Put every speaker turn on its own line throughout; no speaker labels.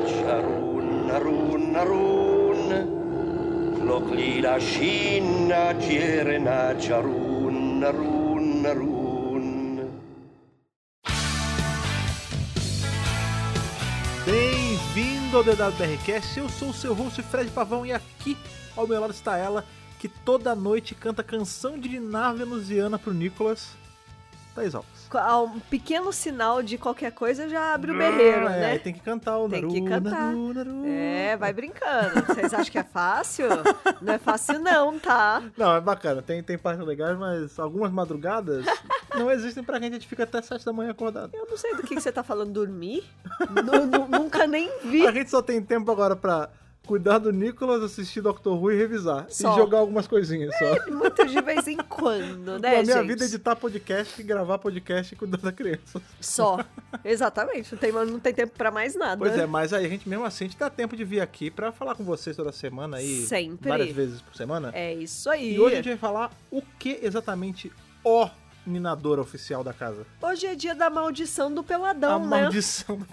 Harun, Harun, Harun. Cloclida Shina, Jerena, Harun, Harun, Harun.
Bem-vindo ao DWRcast, eu sou o seu host Fred Pavão e aqui ao meu lado está ela, que toda noite canta canção de dinar venusiana pro Nicolas, Thaís Alves.
Há um pequeno sinal de qualquer coisa, já abre o berreiro,
Ah, é, aí
né?
Tem que cantar o
Tem
Naru,
que cantar.
Naru, Naru.
É, vai brincando. Vocês acham que é fácil? Não é fácil não, tá?
Não, é bacana, tem, tem partes legais, mas algumas madrugadas não existem pra gente, a gente fica até 7 da manhã acordado.
Eu não sei do que, que você tá falando, dormir? Nu- nu- nunca nem vi.
A gente só tem tempo agora pra cuidar do Nicolas, assistir Doctor Who e revisar.
Só.
E jogar algumas coisinhas só.
Muito de vez em quando, né,
a minha
gente?
vida é editar podcast, gravar podcast e cuidar da criança.
Só. Exatamente. Não tem, não tem tempo pra mais nada.
Pois é, mas aí a gente mesmo assim, a gente dá tempo de vir aqui pra falar com vocês toda semana aí.
Sempre.
Várias vezes por semana.
É isso aí.
E hoje a gente vai falar o que exatamente o ninador oficial da casa.
Hoje é dia da maldição do
a
peladão, né?
maldição do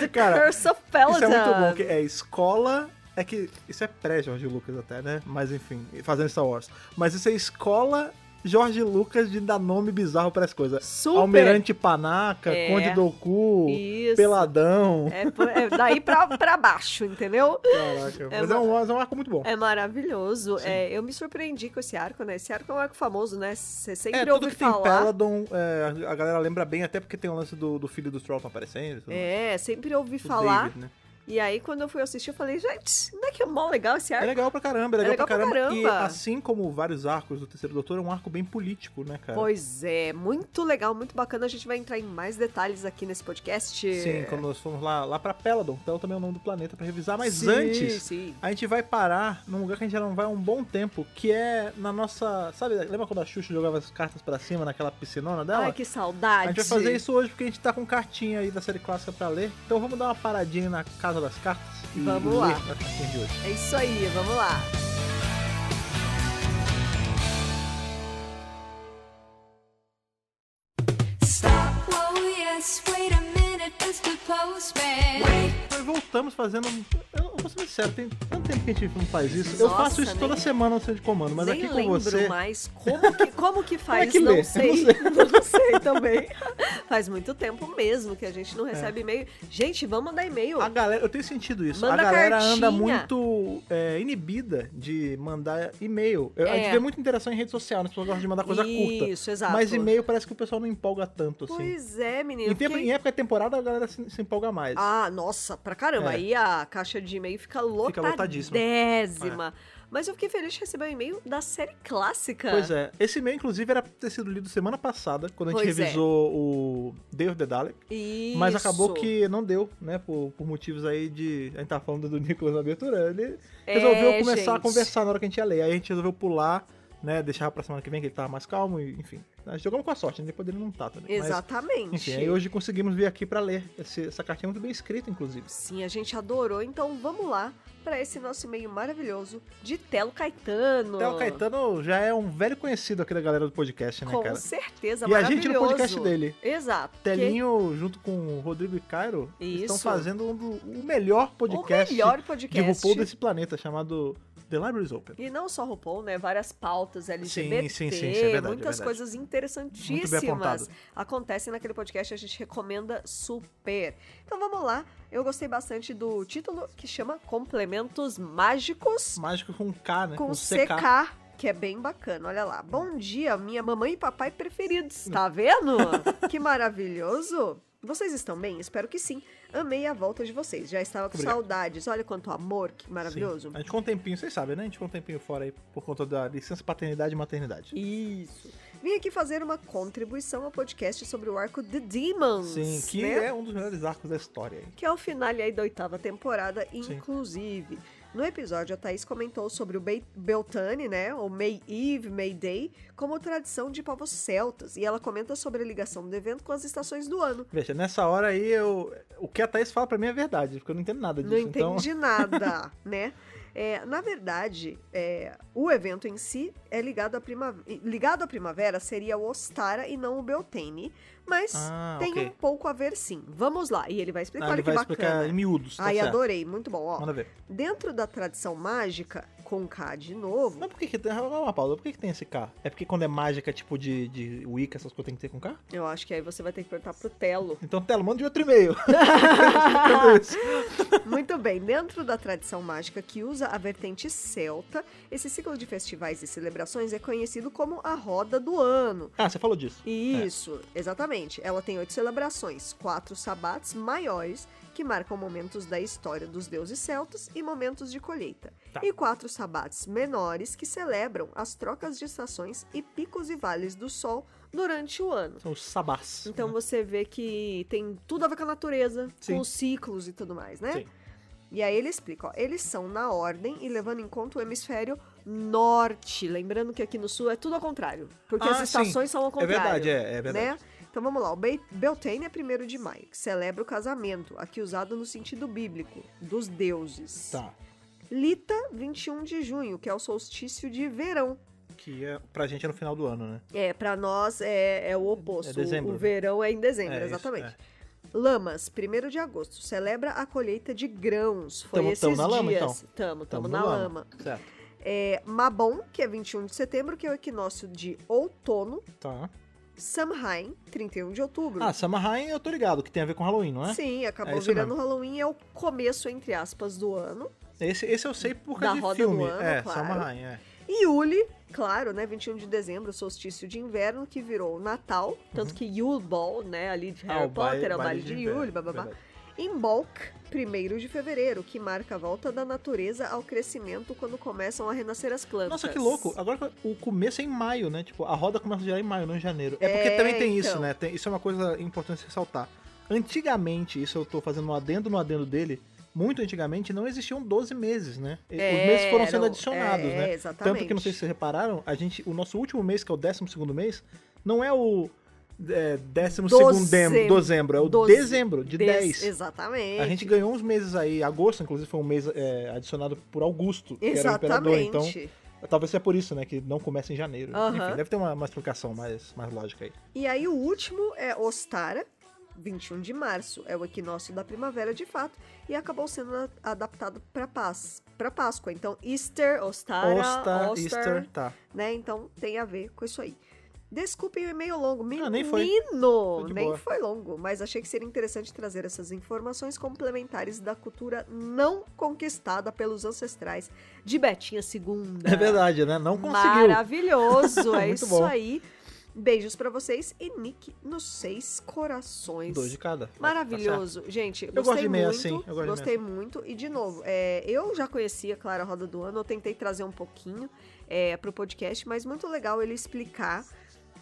The
Cara,
Curse of Peladon.
Isso é muito bom, que é escola. É que isso é pré-Jorge Lucas até, né? Mas enfim, fazendo Star Wars. Mas isso é escola Jorge Lucas de dar nome bizarro pras coisas.
Super.
Almirante Panaca,
É.
Conde Doku,
Isso.
Peladão.
É, por- é daí pra, pra baixo, entendeu?
Caraca,
É
mas é um, mas é um arco muito bom.
É maravilhoso. É, eu me surpreendi com esse arco, né? Esse arco é um arco famoso, né? Você sempre
É, tudo
ouve
que tem
falar.
Peladon, é, a galera lembra bem, até porque tem o lance do, do filho do Trollton aparecendo. tudo mais.
É, sempre ouvi
Do
falar.
David, né?
E aí, quando eu fui assistir, eu falei, gente, não é que é mó legal esse
É
arco?
legal pra caramba, é
É
legal, pra,
legal pra
caramba. E
caramba.
assim como vários arcos do Terceiro Doutor, é um arco bem político, né, cara?
Pois é, muito legal, muito bacana. A gente vai entrar em mais detalhes aqui nesse podcast.
Sim, quando nós fomos lá, lá pra Peladon. Peladon também é o nome do planeta pra revisar. Mas
Sim,
antes,
Sim.
a gente vai parar num lugar que a gente já não vai há um bom tempo, que é na nossa... Sabe, lembra quando a Xuxa jogava as cartas pra cima naquela piscinona dela?
Ai, que saudade.
A gente vai fazer isso hoje porque a gente tá com cartinha aí da série clássica pra ler. Então vamos dar uma paradinha na Casa das Cartas e
Vamos
ler
lá.
a cartinha de hoje.
É isso aí, vamos lá.
Stop, oh yes, wait a minute, Mr. Postman.
Nós Então, voltamos fazendo. um, Eu vou ser sincero, tem tanto tempo que a gente não faz isso. eu
Nossa,
faço isso toda
nem-
semana no centro de comando, mas
Nem
aqui com
lembro
você. é
mais como que, como que faz,
que
não,
lê?
sei. Não sei também. Faz muito tempo mesmo que a gente
É.
não recebe e-mail. Gente, vamos mandar e-mail.
A galera, eu tenho sentido isso.
Manda
a galera anda
cartinha.
muito é, inibida de mandar e-mail. Eu- A
É.
gente vê muita interação em rede social, né? as pessoas gostam de mandar coisa curta.
Isso, exato.
Mas e-mail parece que o pessoal não empolga tanto, assim.
Pois é, menino.
Em,
eu
tempo-
fiquei-
em época de temporada, a galera se, se empolga mais.
Ah, nossa, pra caramba.
É.
Aí a caixa de e-mail fica
lotadíssima. É.
lotadíssima. Mas eu fiquei feliz de receber um e-mail da série clássica.
Pois é. Esse e-mail, inclusive, era pra ter sido lido semana passada, quando a gente
Pois é.
revisou o Day of the Dalek.
Isso.
Mas acabou que não deu, né? Por, por motivos aí de. A gente tá falando do Nicolas na abertura. Ele
É,
resolveu começar a
gente.
conversar na hora que a gente ia ler. Aí a gente resolveu pular, né? Deixar pra semana que vem, que ele tava mais calmo, e, enfim. Nós jogamos com a sorte, né? Depois ele não tá também. Mas,
Exatamente.
enfim, aí hoje conseguimos vir aqui pra ler. Esse- essa cartinha é muito bem escrita, inclusive.
Sim, a gente adorou. Então vamos lá para esse nosso e-mail maravilhoso de Telo Caetano.
Até o Caetano já é um velho conhecido aqui da galera do podcast, né,
Com
cara?
certeza,
E a gente no
maravilhoso.
podcast dele.
Exato.
Telinho, junto com o Rodrigo e Cairo, estão
Isso.
fazendo um do- o melhor podcast
o melhor
de
podcast.
RuPaul desse planeta, chamado The Libraries Open.
E não só RuPaul, né? Várias pautas LGBT,
Sim, sim, sim, isso é verdade, é
muitas
verdade.
coisas
Muito bem apontado.
interessantíssimas acontecem naquele podcast, a gente recomenda super. Então vamos lá, eu gostei bastante do título que chama Complementos Mágicos
Mágico com K, né?
com CK, que é bem bacana, olha lá. Bom dia, minha mamãe e papai preferidos, tá vendo? que maravilhoso! Vocês estão bem? Espero que sim. Amei a volta de vocês, já estava com
Obrigado.
saudades, olha quanto amor, que maravilhoso.
Sim. A gente ficou um tempinho, vocês sabem, né? A gente ficou um tempinho fora aí por conta da licença paternidade e maternidade.
Isso. Vim aqui fazer uma contribuição ao podcast sobre o arco The Demons.
Sim, que
né?
é um dos melhores arcos da história. aí.
Que é o finale aí da oitava temporada, inclusive. No episódio, a Thaís comentou sobre o Be- Beltane, né? Ou May Eve, May Day, como tradição de povos celtas. E ela comenta sobre a ligação do evento com as estações do ano.
Veja, nessa hora aí, eu, o que a Thaís fala pra mim é verdade, porque eu não entendo nada disso.
Não
então,
entendi nada, né? É, na verdade, é, o evento em si é ligado à, prima... ligado à primavera, seria o Ostara e não o Beltane. Mas
Ah,
tem
ok.
um pouco a ver sim. Vamos lá. E ele vai explicar,
Ah, ele
olha que
vai explicar
bacana.
em miúdos. Tá
Ai,
certo.
adorei, muito bom. Ó,
Manda ver.
dentro da tradição mágica, com K de novo,
Mas por que que tem... Uma pausa, por que que tem esse K? É porque quando é mágica, tipo de, de Wicca, essas coisas tem que ter com K?
eu acho que aí você vai ter que perguntar pro Telo.
Então, Telo, manda de outro e-mail.
Muito bem, dentro da tradição mágica que usa a vertente celta, esse ciclo de festivais e celebrações é conhecido como a Roda do Ano.
ah, você falou disso.
Isso, exatamente. Ela tem oito celebrações, quatro sabates maiores que marcam momentos da história dos deuses celtas e momentos de colheita,
Tá.
e quatro sabates menores que celebram as trocas de estações e picos e vales do sol durante o ano.
É. São os sabás.
Então você vê que tem tudo a ver com a natureza,
Uhum. Sim.
com os ciclos e tudo mais, né?
Sim.
E aí ele explica, ó, eles são na ordem e levando em conta o hemisfério norte. Lembrando que aqui no sul é tudo ao contrário, porque
Ah,
as estações
sim.
são ao
É
contrário.
verdade, é, é verdade.
Né? Então vamos lá, o Be- Beltane é 1 de maio, que celebra o casamento, aqui usado no sentido bíblico, dos deuses.
Tá.
Lita, 21 de junho, que é o solstício de verão.
Que é, pra gente é no final do ano, né?
É, pra nós é, é o oposto.
É dezembro.
O verão é em dezembro,
É, isso,
exatamente.
é.
Lamas, 1 de agosto, celebra a colheita de grãos. Foi
Tamo-
esses
tamo na
dias.
lama, então.
Tamo, tamo,
Tamo
na
no
lama.
Certo.
É, Mabon, que é 21 de setembro, que é o equinócio de outono.
Tá.
Samhain, 31 de outubro.
Ah, Samhain eu tô ligado, que tem a ver com Halloween, não é?
Sim, acabou
É isso
virando Halloween, é o começo, entre aspas, do ano.
Esse, esse eu sei por
Da
causa
roda
de filme.
do ano,
é,
claro.
Samhain, é.
E Yule, claro, né? 21 de dezembro, solstício de inverno, que virou o Natal. Tanto que Yule Ball, né? Ali de Harry
Ah, o
Potter,
baile-
é o baile
baile
de
de
Yule,
inverno,
bababá.
verdade.
Imbolc, 1 de fevereiro, que marca a volta da natureza ao crescimento quando começam a renascer as plantas.
Nossa, que louco. Agora que eu- o começo é em maio, né? Tipo, a roda começa a girar em maio, não em janeiro. É porque
É,
também tem
então.
isso, né? Tem- isso é uma coisa importante ressaltar. Antigamente, isso eu tô fazendo um adendo no adendo dele, muito antigamente não existiam 12 meses, né? E- Os meses foram sendo
Eram,
adicionados,
é,
né?
Exatamente.
Tanto que não sei se vocês repararam, a gente, o nosso último mês, que é o 12 segundo mês, não é o é, 12
Dozembro.
dezembro, dezembro, é o
Doze-
dezembro, de
Des-
10.
Exatamente.
A gente ganhou uns meses aí. Agosto, inclusive, foi um mês é, adicionado por Augusto, que era o imperador.
Exatamente.
Então, talvez seja por isso, né? Que não começa em janeiro.
Aham.
Enfim, deve ter uma, uma explicação mais, mais lógica aí.
E aí o último é Ostara, 21 de março, é o equinócio da primavera de fato, e acabou sendo a- adaptado para paz, para Páscoa. Então Easter, Ostara,
Osta,
Oster,
Easter, tá.
né? Então tem a ver com isso aí. Desculpem o e-mail longo, menino,
Ah, nem foi. Foi de
nem
boa.
foi longo, mas achei que seria interessante trazer essas informações complementares da cultura não conquistada pelos ancestrais de Betinha II.
É verdade, né? Não conseguiu.
Maravilhoso, é
Muito
isso
bom.
aí. Beijos pra vocês e Nick nos seis corações.
Dois de cada. Tá certo.
Maravilhoso, gente.
gosto
gostei
de e-mail
muito,
assim, eu gosto de
gostei muito. E de novo, é, eu já conhecia claro, a Roda do Ano, eu tentei trazer um pouquinho é, pro podcast, mas muito legal ele explicar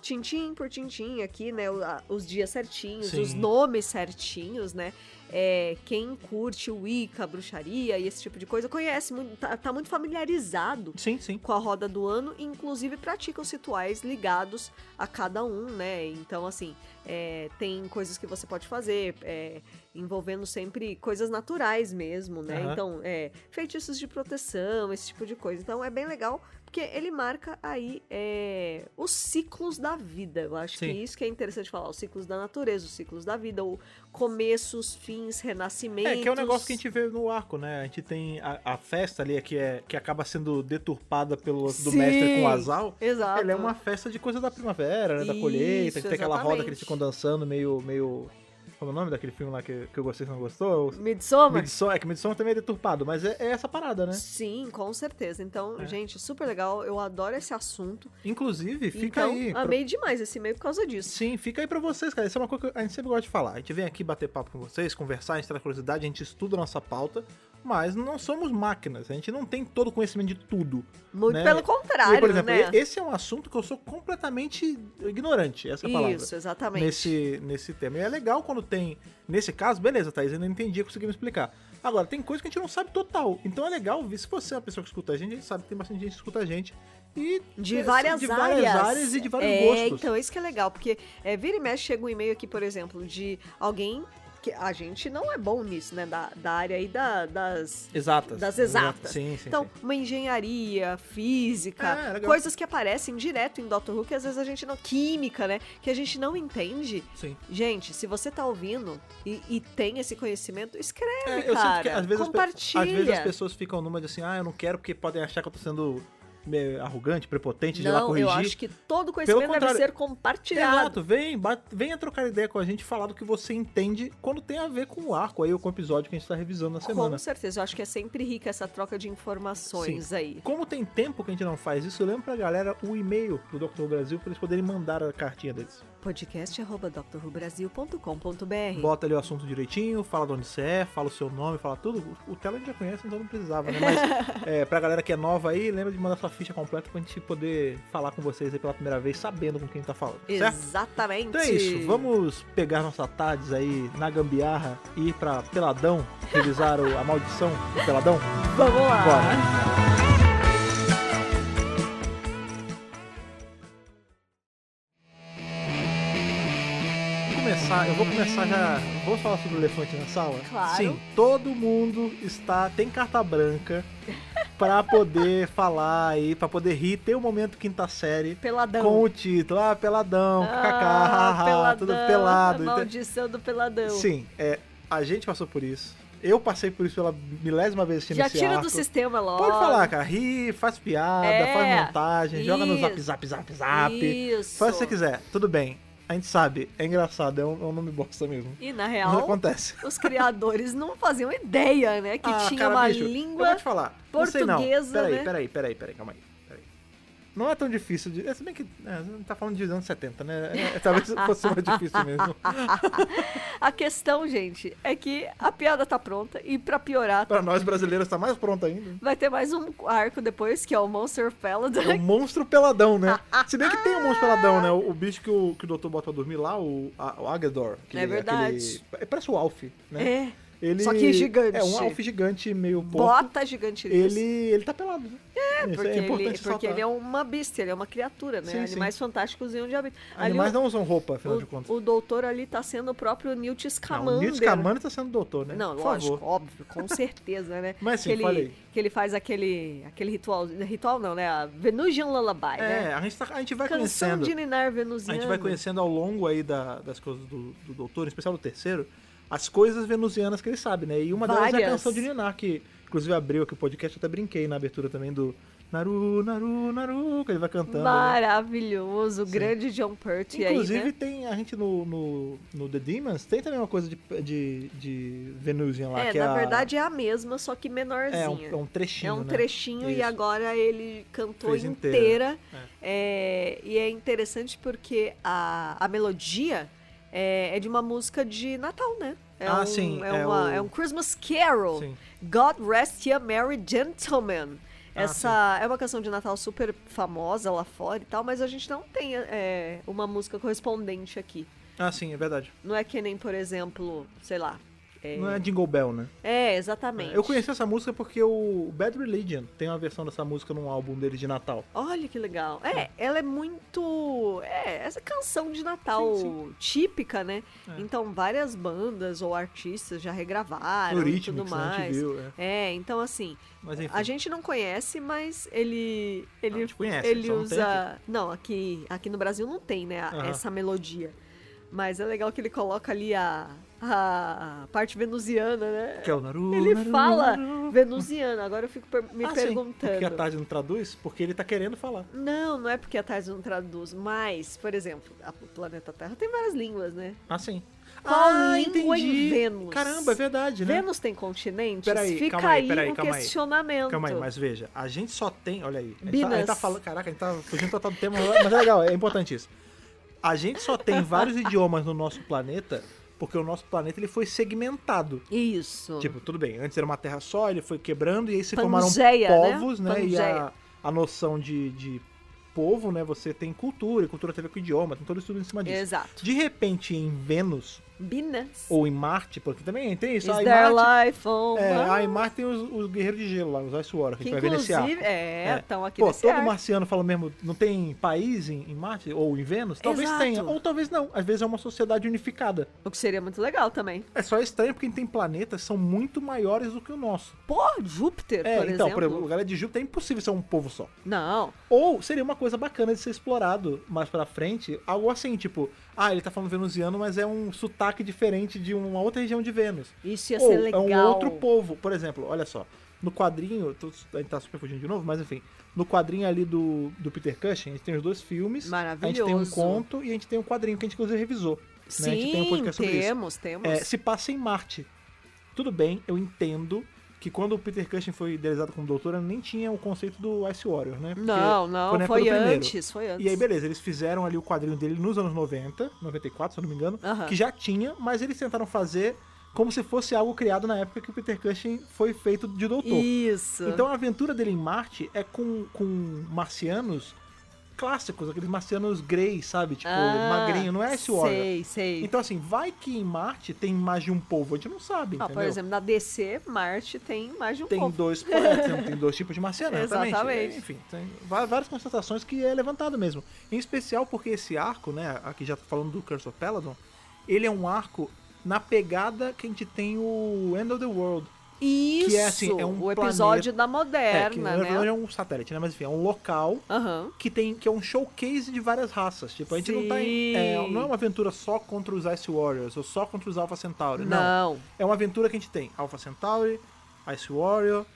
tintim por tintim aqui, né? o- a- Os dias certinhos,
Sim.
os nomes certinhos, né? É, quem curte Wicca, bruxaria e esse tipo de coisa conhece, muito, tá- tá muito familiarizado
Sim, sim.
com a roda do ano, inclusive pratica os rituais ligados a cada um, né? Então, assim, é, tem coisas que você pode fazer, é, envolvendo sempre coisas naturais mesmo, né?
Aham.
Então, é, feitiços de proteção, esse tipo de coisa. Então, é bem legal, porque ele marca aí é, os ciclos da vida. Eu acho
Sim.
que isso que é interessante falar, os ciclos da natureza, os ciclos da vida, o começos, fins, renascimentos.
É, que é um negócio que a gente vê no arco, né? A gente tem a, a festa ali que, é, que acaba sendo deturpada pelo lance do
Sim.
mestre com o Azal.
Exato.
Ela é uma festa de coisa da primavera, né? Da
Isso,
colheita, que tem aquela roda que
exatamente.
eles ficam dançando meio. meio... Como é o nome daquele filme lá que, que eu gostei, você não gostou?
Midsommar?
Midsommar, é que Midsommar também é deturpado, mas é, é essa parada, né?
Sim, com certeza. Então,
É.
gente, super legal. Eu adoro esse assunto.
Inclusive, fica
então,
aí. pra-
amei demais esse e-mail por causa disso.
Sim, fica aí pra vocês, cara. Isso é uma coisa que a gente sempre gosta de falar. A gente vem aqui bater papo com vocês, conversar, a gente traz curiosidade, a gente estuda a nossa pauta, mas não somos máquinas. A gente não tem todo o conhecimento de tudo.
Muito
né?
pelo contrário,
e, por exemplo,
né?
e- esse é um assunto que eu sou completamente ignorante, essa é a palavra.
Isso, exatamente.
Nesse, nesse tema. E é legal quando tem. Nesse caso, beleza, Thaís, eu não entendi, consegui me explicar. Agora, tem coisa que a gente não sabe total. Então é legal ver se você é uma pessoa que escuta a gente, a gente sabe que tem bastante gente que escuta a gente. E
De
é,
várias
de
áreas.
várias áreas e de vários
é,
gostos.
Então, isso que é legal, porque é, vira e mexe chega um e-mail aqui, por exemplo, de alguém que a gente não é bom nisso, né? Da, da área aí da- das,
Exatas.
das exatas.
Sim, sim.
então,
sim.
uma engenharia, física,
É, legal.
coisas que aparecem direto em Doctor Who, que às vezes a gente não. Química, né? Que a gente não entende.
Sim.
Gente, se você tá ouvindo e, e tem esse conhecimento, escreve,
É, eu sinto que
cara.
às vezes, as pe-
compartilha.
às vezes as pessoas ficam numa de assim, ah, eu não quero porque podem achar que eu tô sendo meio arrogante, prepotente, de ir lá
não,
corrigir.
eu acho que todo conhecimento deve
contrário.
ser compartilhado.
Exato, vem, bate- venha trocar ideia com a gente e falar do que você entende quando tem a ver com o arco aí ou com o episódio que a gente tá revisando na semana.
Com certeza, eu acho que é sempre rica essa troca de informações aí.
Como tem tempo que a gente não faz isso, eu lembro pra galera o e-mail do Dr. Who Brasil pra eles poderem mandar a cartinha deles.
podcast.drrubrasil.com.br
Bota ali o assunto direitinho, fala de onde você é, fala o seu nome, fala tudo. O Tela a gente já conhece, então não precisava, né? Mas é, pra galera que é nova aí, lembra de mandar sua ficha completa pra gente poder falar com vocês aí pela primeira vez, sabendo com quem tá falando, certo?
Exatamente.
Então é isso, vamos pegar nossas tardes aí na gambiarra e ir pra Peladão, revisar o- a maldição do Peladão.
Vamos lá.
Bora. Vou começar, eu vou começar já. Vamos falar sobre o elefante na sala?
Claro.
Sim, todo mundo está tem carta branca pra poder falar aí, pra poder rir, ter o momento quinta série.
Peladão.
Com o título, ah, peladão,
Ah,
kkk, tudo pelado.
A
entendeu?
maldição do peladão.
Sim, é, a gente passou por isso. Eu passei por isso pela milésima vez assistindo
Já
esse
tira
arco.
do sistema logo.
Pode falar, cara. Ri, faz piada,
É,
faz montagem, joga no zap,
isso.
zap, zap, zap.
Isso.
Faz o que você quiser, tudo bem. A gente sabe, é engraçado, é um, é um nome bosta mesmo.
E na
Mas
real,
acontece.
os criadores não faziam ideia, né? Que
Ah,
tinha
cara,
uma
bicho, Eu
língua.
vou te falar. Não sei não.
portuguesa,
Peraí,
né?
peraí, peraí, peraí, calma aí. peraí. Não é tão difícil de. Se bem que. É, você não tá falando de anos 70, né? É, talvez fosse mais difícil mesmo.
A questão, gente, é que a piada tá pronta e pra piorar,
Pra nós brasileiros tá mais pronto ainda.
vai ter mais um arco depois, que é o Monster
É um
Paladin.
monstro peladão, né? Se bem que tem um monstro peladão, né? O, o bicho que o, que o doutor bota pra dormir lá, o, a- o Agador. aquele-
É verdade.
aquele- é, parece o Alf, né?
É.
Ele,
só que gigante.
É um Alf gigante meio pouco.
Bota gigante.
Ele, ele tá pelado, né? É,
Porque, ele, porque ele é uma besta, ele é uma criatura, né?
Sim, sim.
Animais fantásticos e onde habita. Ali
Animais
o-
não usam roupa, afinal de
o,
contas.
o doutor ali tá sendo o próprio Newt
não, o
Scamander. né?
Nils Scamander tá sendo doutor, né?
Não,
Por
lógico,
favor.
óbvio, com certeza, né?
Mas sim,
que ele,
falei.
que ele faz aquele, aquele ritual, ritual não, né? A Venusian Lullaby, né?
É, a gente, tá- a gente vai
Canção
conhecendo.
de ninar
A
venusiano.
gente vai conhecendo ao longo aí da- das coisas do, do doutor, em especial do terceiro, as coisas venusianas que ele sabe, né? E uma delas é a
Várias.
canção de Ninar, que inclusive abriu aqui o podcast, eu até brinquei na abertura também do Naru, Naru, Naru, que ele vai cantando. né?
Maravilhoso, grande John Pert aí,
Inclusive,
né?
tem a gente no, no, no The Demons, tem também uma coisa de, de, de Venusian lá,
É,
que é
na
a-
verdade é a mesma, só que menorzinha.
é um, é um trechinho,
É um
né?
trechinho e
Isso.
agora ele cantou
Fez inteira.
inteira. É, e é interessante porque a, a melodia é, é de uma música de Natal, né? É
Ah,
um,
sim,
É,
é
uma-
o-
é um Christmas Carol.
Sim.
God Rest Ye Merry Gentlemen.
Ah,
Essa é uma canção de Natal super famosa lá fora e tal, mas a gente não tem é, uma música correspondente aqui.
Ah, sim, é verdade.
Não é que nem, por exemplo, sei lá. É,
Não é Jingle Bell, né?
é, exatamente.
Eu conheci essa música porque o Bad Religion tem uma versão dessa música num álbum dele de Natal.
Olha que legal. É, ela é muito. É, essa canção de Natal típica, né?
É.
Então, várias bandas ou artistas já regravaram e
Eurythmics,
tudo
né? A gente
mais.
viu, é.
então assim,
Mas enfim.
a gente não conhece, mas ele ele
a gente conhece,
ele
só não tem
usa, não, aqui aqui no Brasil não tem, né, a-
Aham.
essa melodia. Mas é legal que ele coloca ali a, a parte venusiana, né?
Que é o Naru,
Ele
Naru,
fala
Naru.
venusiano. Agora eu fico per- me
Ah, sim.
perguntando.
Porque a Tati não traduz? Porque ele tá querendo falar.
Não, não é porque a Thais não traduz, mas, por exemplo, a- o planeta Terra tem várias línguas, né?
Ah, sim.
Qual língua em Vênus?
Caramba, é verdade, né?
Vênus tem continentes?
Peraí,
Fica
calma aí,
aí,
peraí,
um
calma aí.
questionamento.
Calma aí, mas veja, a gente só tem. Olha aí. A gente, tá, a
Binas.
gente tá falando. Caraca, a gente tá fugindo total do tema, mas é legal, é importante isso. A gente só tem vários idiomas no nosso planeta porque o nosso planeta ele foi segmentado.
Isso.
Tipo, tudo bem, antes era uma terra só, ele foi quebrando e aí se
Pangeia, né?
formaram povos, né? E a,
Pangeia.
a noção de, de povo, né? Você tem cultura, e cultura tem a ver com idioma, tem todo estudo em cima disso.
Exato.
De repente, em Vênus,
Binas.
Ou em Marte, porque também tem isso.
Is
A em
there
Marte,
life on
é,
Mars?
a em Marte tem os, os guerreiros de gelo lá, os Ice Warriors, que a gente vai
Que
ver nesse arco.
inclusive, é, estão aqui
Pô,
nesse
todo
arco.
marciano fala mesmo, não tem país em, em Marte ou em Vênus? Talvez
Exato.
tenha, ou talvez não. Às vezes é uma sociedade unificada.
O que seria muito legal também.
É só estranho porque tem planetas que são muito maiores do que o nosso.
Pô, Júpiter,
É,
por
então,
exemplo.
por exemplo, o lugar de Júpiter é impossível ser um povo só.
Não.
Ou seria uma coisa bacana de ser explorado mais pra frente, algo assim, tipo, ah, ele tá falando venusiano, mas é um sotaque diferente de uma outra região de Vênus.
Isso ia
Ou
ser legal.
é um outro povo, por exemplo, olha só, no quadrinho, tô- a gente tá super fugindo de novo, mas enfim, no quadrinho ali do, do Peter Cushing, a gente tem os dois filmes, a gente tem um
Maravilhoso.
conto e a gente tem um quadrinho que a gente inclusive revisou. né?
Sim,
A gente tem um podcast sobre isso.
temos, temos.
É, se passa em Marte. Tudo bem, eu entendo que quando o Peter Cushing foi idealizado como doutor, nem tinha o conceito do Ice Warrior, né? Porque
não,
foi
não,
na época
foi
do primeiro.
antes, foi antes.
E aí, beleza, eles fizeram ali o quadrinho dele nos anos 90, 94, se eu não me engano,
Aham.
que já tinha, mas eles tentaram fazer como se fosse algo criado na época que o Peter Cushing foi feito de doutor.
Isso.
Então a aventura dele em Marte é com, com marcianos clássicos, aqueles marcianos greys, sabe? Tipo,
Ah,
magrinho, não é Ice Warrior.
Sei, sei.
Então, assim, vai que em Marte tem mais de um povo, a gente não sabe,
Ah,
entendeu?
por exemplo, na DC, Marte tem mais de um
tem
povo.
dois planetas, tem dois tipos de marciano, exatamente.
Exatamente.
Enfim, tem va- várias constatações que é levantado mesmo. Em especial porque esse arco, né, aqui já tô falando do Curse of Peladon, ele é um arco na pegada que a gente tem o End of the World.
Isso,
é assim, é um
o episódio da
é, que na
moderna,
verdade
né?
é um satélite, né, mas enfim, é um local
Aham.
que tem que é um showcase de várias raças. Tipo, a gente não tá em,
Sim.
é, não é uma aventura só contra os Ice Warriors ou só contra os Alpha Centauri,
Não.
É uma aventura que a gente tem Alpha Centauri, Ice Warrior,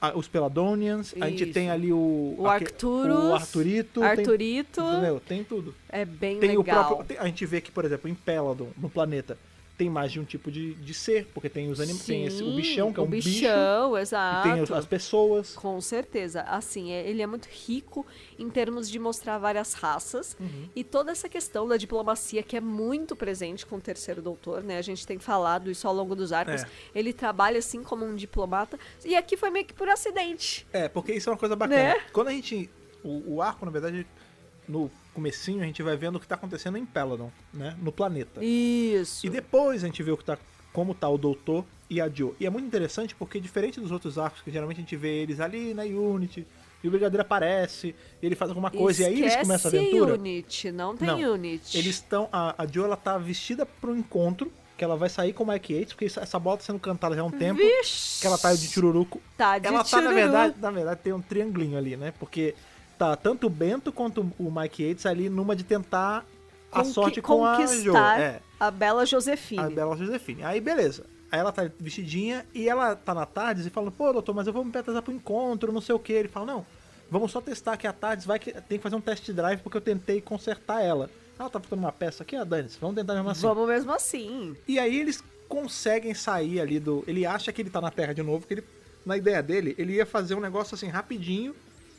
a- os Peladonians, a gente
Isso.
tem ali o
O
aque-
Arcturus,
o Arturito, tem,
Arturito
entendeu? tem tudo.
é bem
Tem o
legal.
próprio, tem- a gente vê que, por exemplo, em Peladon, no planeta, tem mais de um tipo de, de ser, porque tem os animais, tem esse- o
Sim,
bichão que é
o
um bicho,
bichão,
e
exato.
tem as- as pessoas.
Com certeza. Assim, é- ele é muito rico em termos de mostrar várias raças
Uhum.
e toda essa questão da diplomacia que é muito presente com o terceiro doutor, né? A gente tem falado isso ao longo dos arcos.
É.
Ele trabalha assim como um diplomata. E aqui foi meio que por acidente.
É, porque isso é uma coisa bacana.
Né?
Quando a gente. O, o arco, na verdade, no comecinho, a gente vai vendo o que tá acontecendo em Peladon, né? No planeta.
Isso.
E depois a gente vê o que tá, como tá o Doutor e a Joe. E é muito interessante porque, diferente dos outros arcos, que geralmente a gente vê eles ali na Unity, e o Brigadeiro aparece, e ele faz alguma coisa, e aí eles começam a
Esquece
aventura.
Unity, não tem
Não,
Unity.
Eles estão. A, a Joe, ela tá vestida pro encontro, que ela vai sair com o Mike Yates, porque isso- essa bola tá sendo cantada já há um tempo.
Vixe,
Que ela tá de tiruruco.
Tá de
ela tá, na
tchururu.
verdade, na verdade, tem um triangulinho ali, né? Porque tá tanto o Bento quanto o Mike Yates ali numa de tentar a
Conqui-
sorte com a Jo.
conquistar
É.
a Bela
A
Josefine.
Bela Josefine. Aí, beleza. Aí ela tá vestidinha e ela tá na Tardes e fala, pô, doutor, mas eu vou me atrasar pro encontro, não sei o que. Ele fala, não, vamos só testar aqui a Tardes, vai que tem que fazer um test drive porque eu tentei consertar ela. Ela tá faltando uma peça aqui, ah, dane-se, vamos tentar mesmo assim.
Vamos mesmo assim.
E aí eles conseguem sair ali do. Ele acha que ele tá na Terra de novo, que ele. Na ideia dele, ele ia fazer um negócio assim rapidinho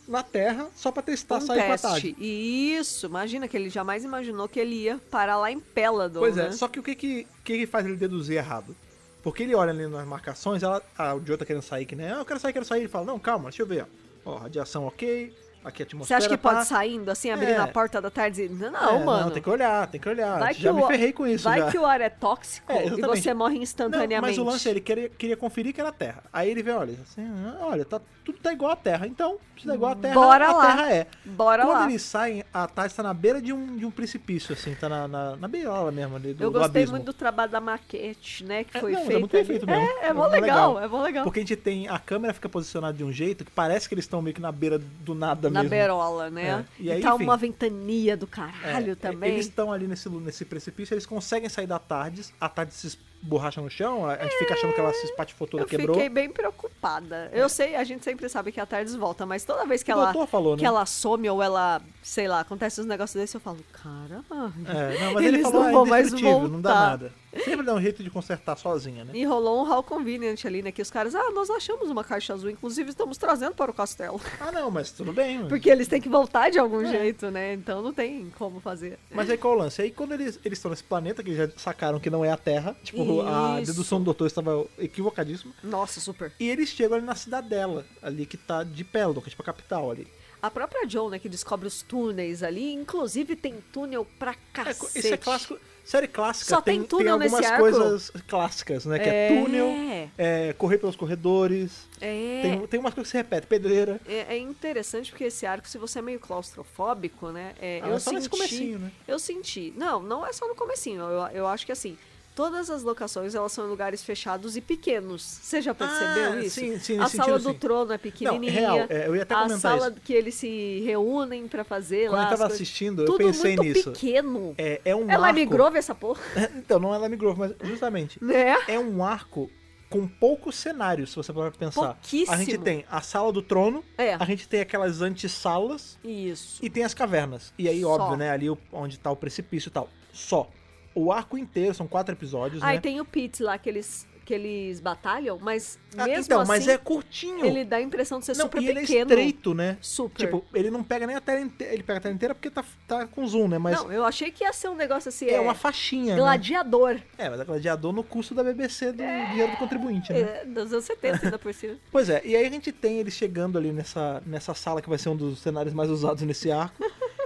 na Terra, só pra testar
um
sair com a
teste.
tarde.
Isso, imagina que ele jamais imaginou que ele ia parar lá em Péladon,
Pois
né?
é, só que o que que, que que faz ele deduzir errado? Porque ele olha ali nas marcações, ela, a, o Joe tá querendo sair, que nem, ah, eu quero sair, quero sair. Ele fala, não, calma, deixa eu ver, ó. Ó, radiação ok, aqui a atmosfera
Você acha que
tá...
pode saindo assim, abrindo
É.
a porta da tarde e... Não,
É,
não, mano.
Não, tem que olhar, tem que olhar.
Vai
já
que
me
o-
ferrei com isso
Vai
já.
que o ar é tóxico
É,
e
exatamente.
você morre
Não,
instantaneamente.
mas o lance é, ele queria, queria conferir que era a Terra. Aí ele vê, olha, assim, ah, olha, tá, tudo tá igual à Terra. Então, se tá igual à Terra,
Bora
a
lá.
Terra é.
Bora
Quando
lá.
eles saem, a Thais tá na beira de um, de um precipício, assim, tá na, na, na beiola mesmo ali, do,
Eu
do
gostei
abismo.
muito do trabalho da maquete, né? Que
É,
foi
não, mas
feito.
é muito bem feito
ali.
mesmo.
É, é,
É
bom
muito
legal,
legal.
é bom legal.
Porque a gente tem. A câmera fica posicionada de um jeito que parece que eles estão meio que na beira do nada
Na
é mesmo.
berola, né?
É. E aí,
tá
enfim.
uma ventania do caralho
É,
também.
Eles estão ali nesse, lu- nesse precipício, eles conseguem sair da Tardes, a Tardes se esborracha no chão, a a gente fica achando que ela se espatifou toda,
Eu
quebrou.
fiquei bem preocupada. Eu sei, a gente sempre sabe que a Tardes volta, mas toda vez que
O
ela
doutor falou,
que
né?
ela some ou ela, sei lá, acontece uns negócios desses, eu falo, cara,
É, não, mas ele
eles
falou,
não
ah, é
vão mais
indestrutível, não dá
voltar."
nada. Sempre dá um jeito de consertar sozinha, né?
E rolou um hall convenient ali, né? Que os caras, ah, nós achamos uma caixa azul, inclusive estamos trazendo para o castelo.
Ah, não, mas tudo bem. Mas,
Porque eles têm que voltar de
É.
algum jeito, né? Então não tem como fazer.
mas aí qual é o lance? Aí quando eles eles estão nesse planeta, que eles já sacaram que não é a Terra, tipo, a
Isso.
dedução do doutor estava equivocadíssima,
Nossa, super.
e eles chegam ali na cidadela, ali que tá de Peladon, que é tipo a capital ali.
A própria Joan, né, que descobre os túneis ali, inclusive tem túnel pra
É,
cacete.
isso é clássico. Série clássica
Só tem túnel
algumas
nesse arco?
coisas clássicas, né? Que é,
É.
túnel, é, correr pelos corredores.
É.
Tem, tem umas coisas que se repetem, pedreira.
É, é interessante porque esse arco, se você é meio claustrofóbico, né? é,
Ah,
eu
é só
senti,
nesse comecinho, né?
Eu senti. Não, não é só no comecinho. Eu, eu acho que assim, todas as locações elas são em lugares fechados e pequenos. Você já percebeu
Ah,
isso?
sim, sim,
a
nesse
sala
sentido,
do
sim.
trono é pequenininha.
real, é, eu ia até
a
comentar
sala
isso.
que eles se reúnem pra fazer
Quando
lá.
eu
as
tava
coisas.
assistindo, eu
Tudo
pensei
muito
nisso.
pequeno.
É, é um
Ela
arco.
migrou essa porra,
Então, não ela migrou, mas justamente.
né?
É um arco com poucos cenários, se você for pensar.
Pouquíssimo.
A gente tem a sala do trono,
É.
a gente tem aquelas antessalas
Isso.
e tem as cavernas. E aí,
Só.
óbvio, né? Ali o- onde tá o precipício e tal. Só. O arco inteiro, são quatro episódios,
Aí
né?
tem o Pete lá que eles, que eles batalham, mas
Ah,
mesmo
então,
assim.
mas é curtinho.
Ele dá a impressão de ser
não,
super
e ele é
pequeno.
estreito, né?
Super.
Tipo, ele não pega nem a tela inteira. Ele pega a tela inteira porque tá, tá com zoom, né? Mas
Não, eu achei que ia ser um negócio assim.
é, uma faixinha, né?
gladiador.
É, mas é gladiador no custo da BBC do dinheiro do contribuinte, né?
É, dos anos 70 ainda por cima.
Pois é, e aí a gente tem ele chegando ali nessa, nessa sala que vai ser um dos cenários mais usados nesse arco.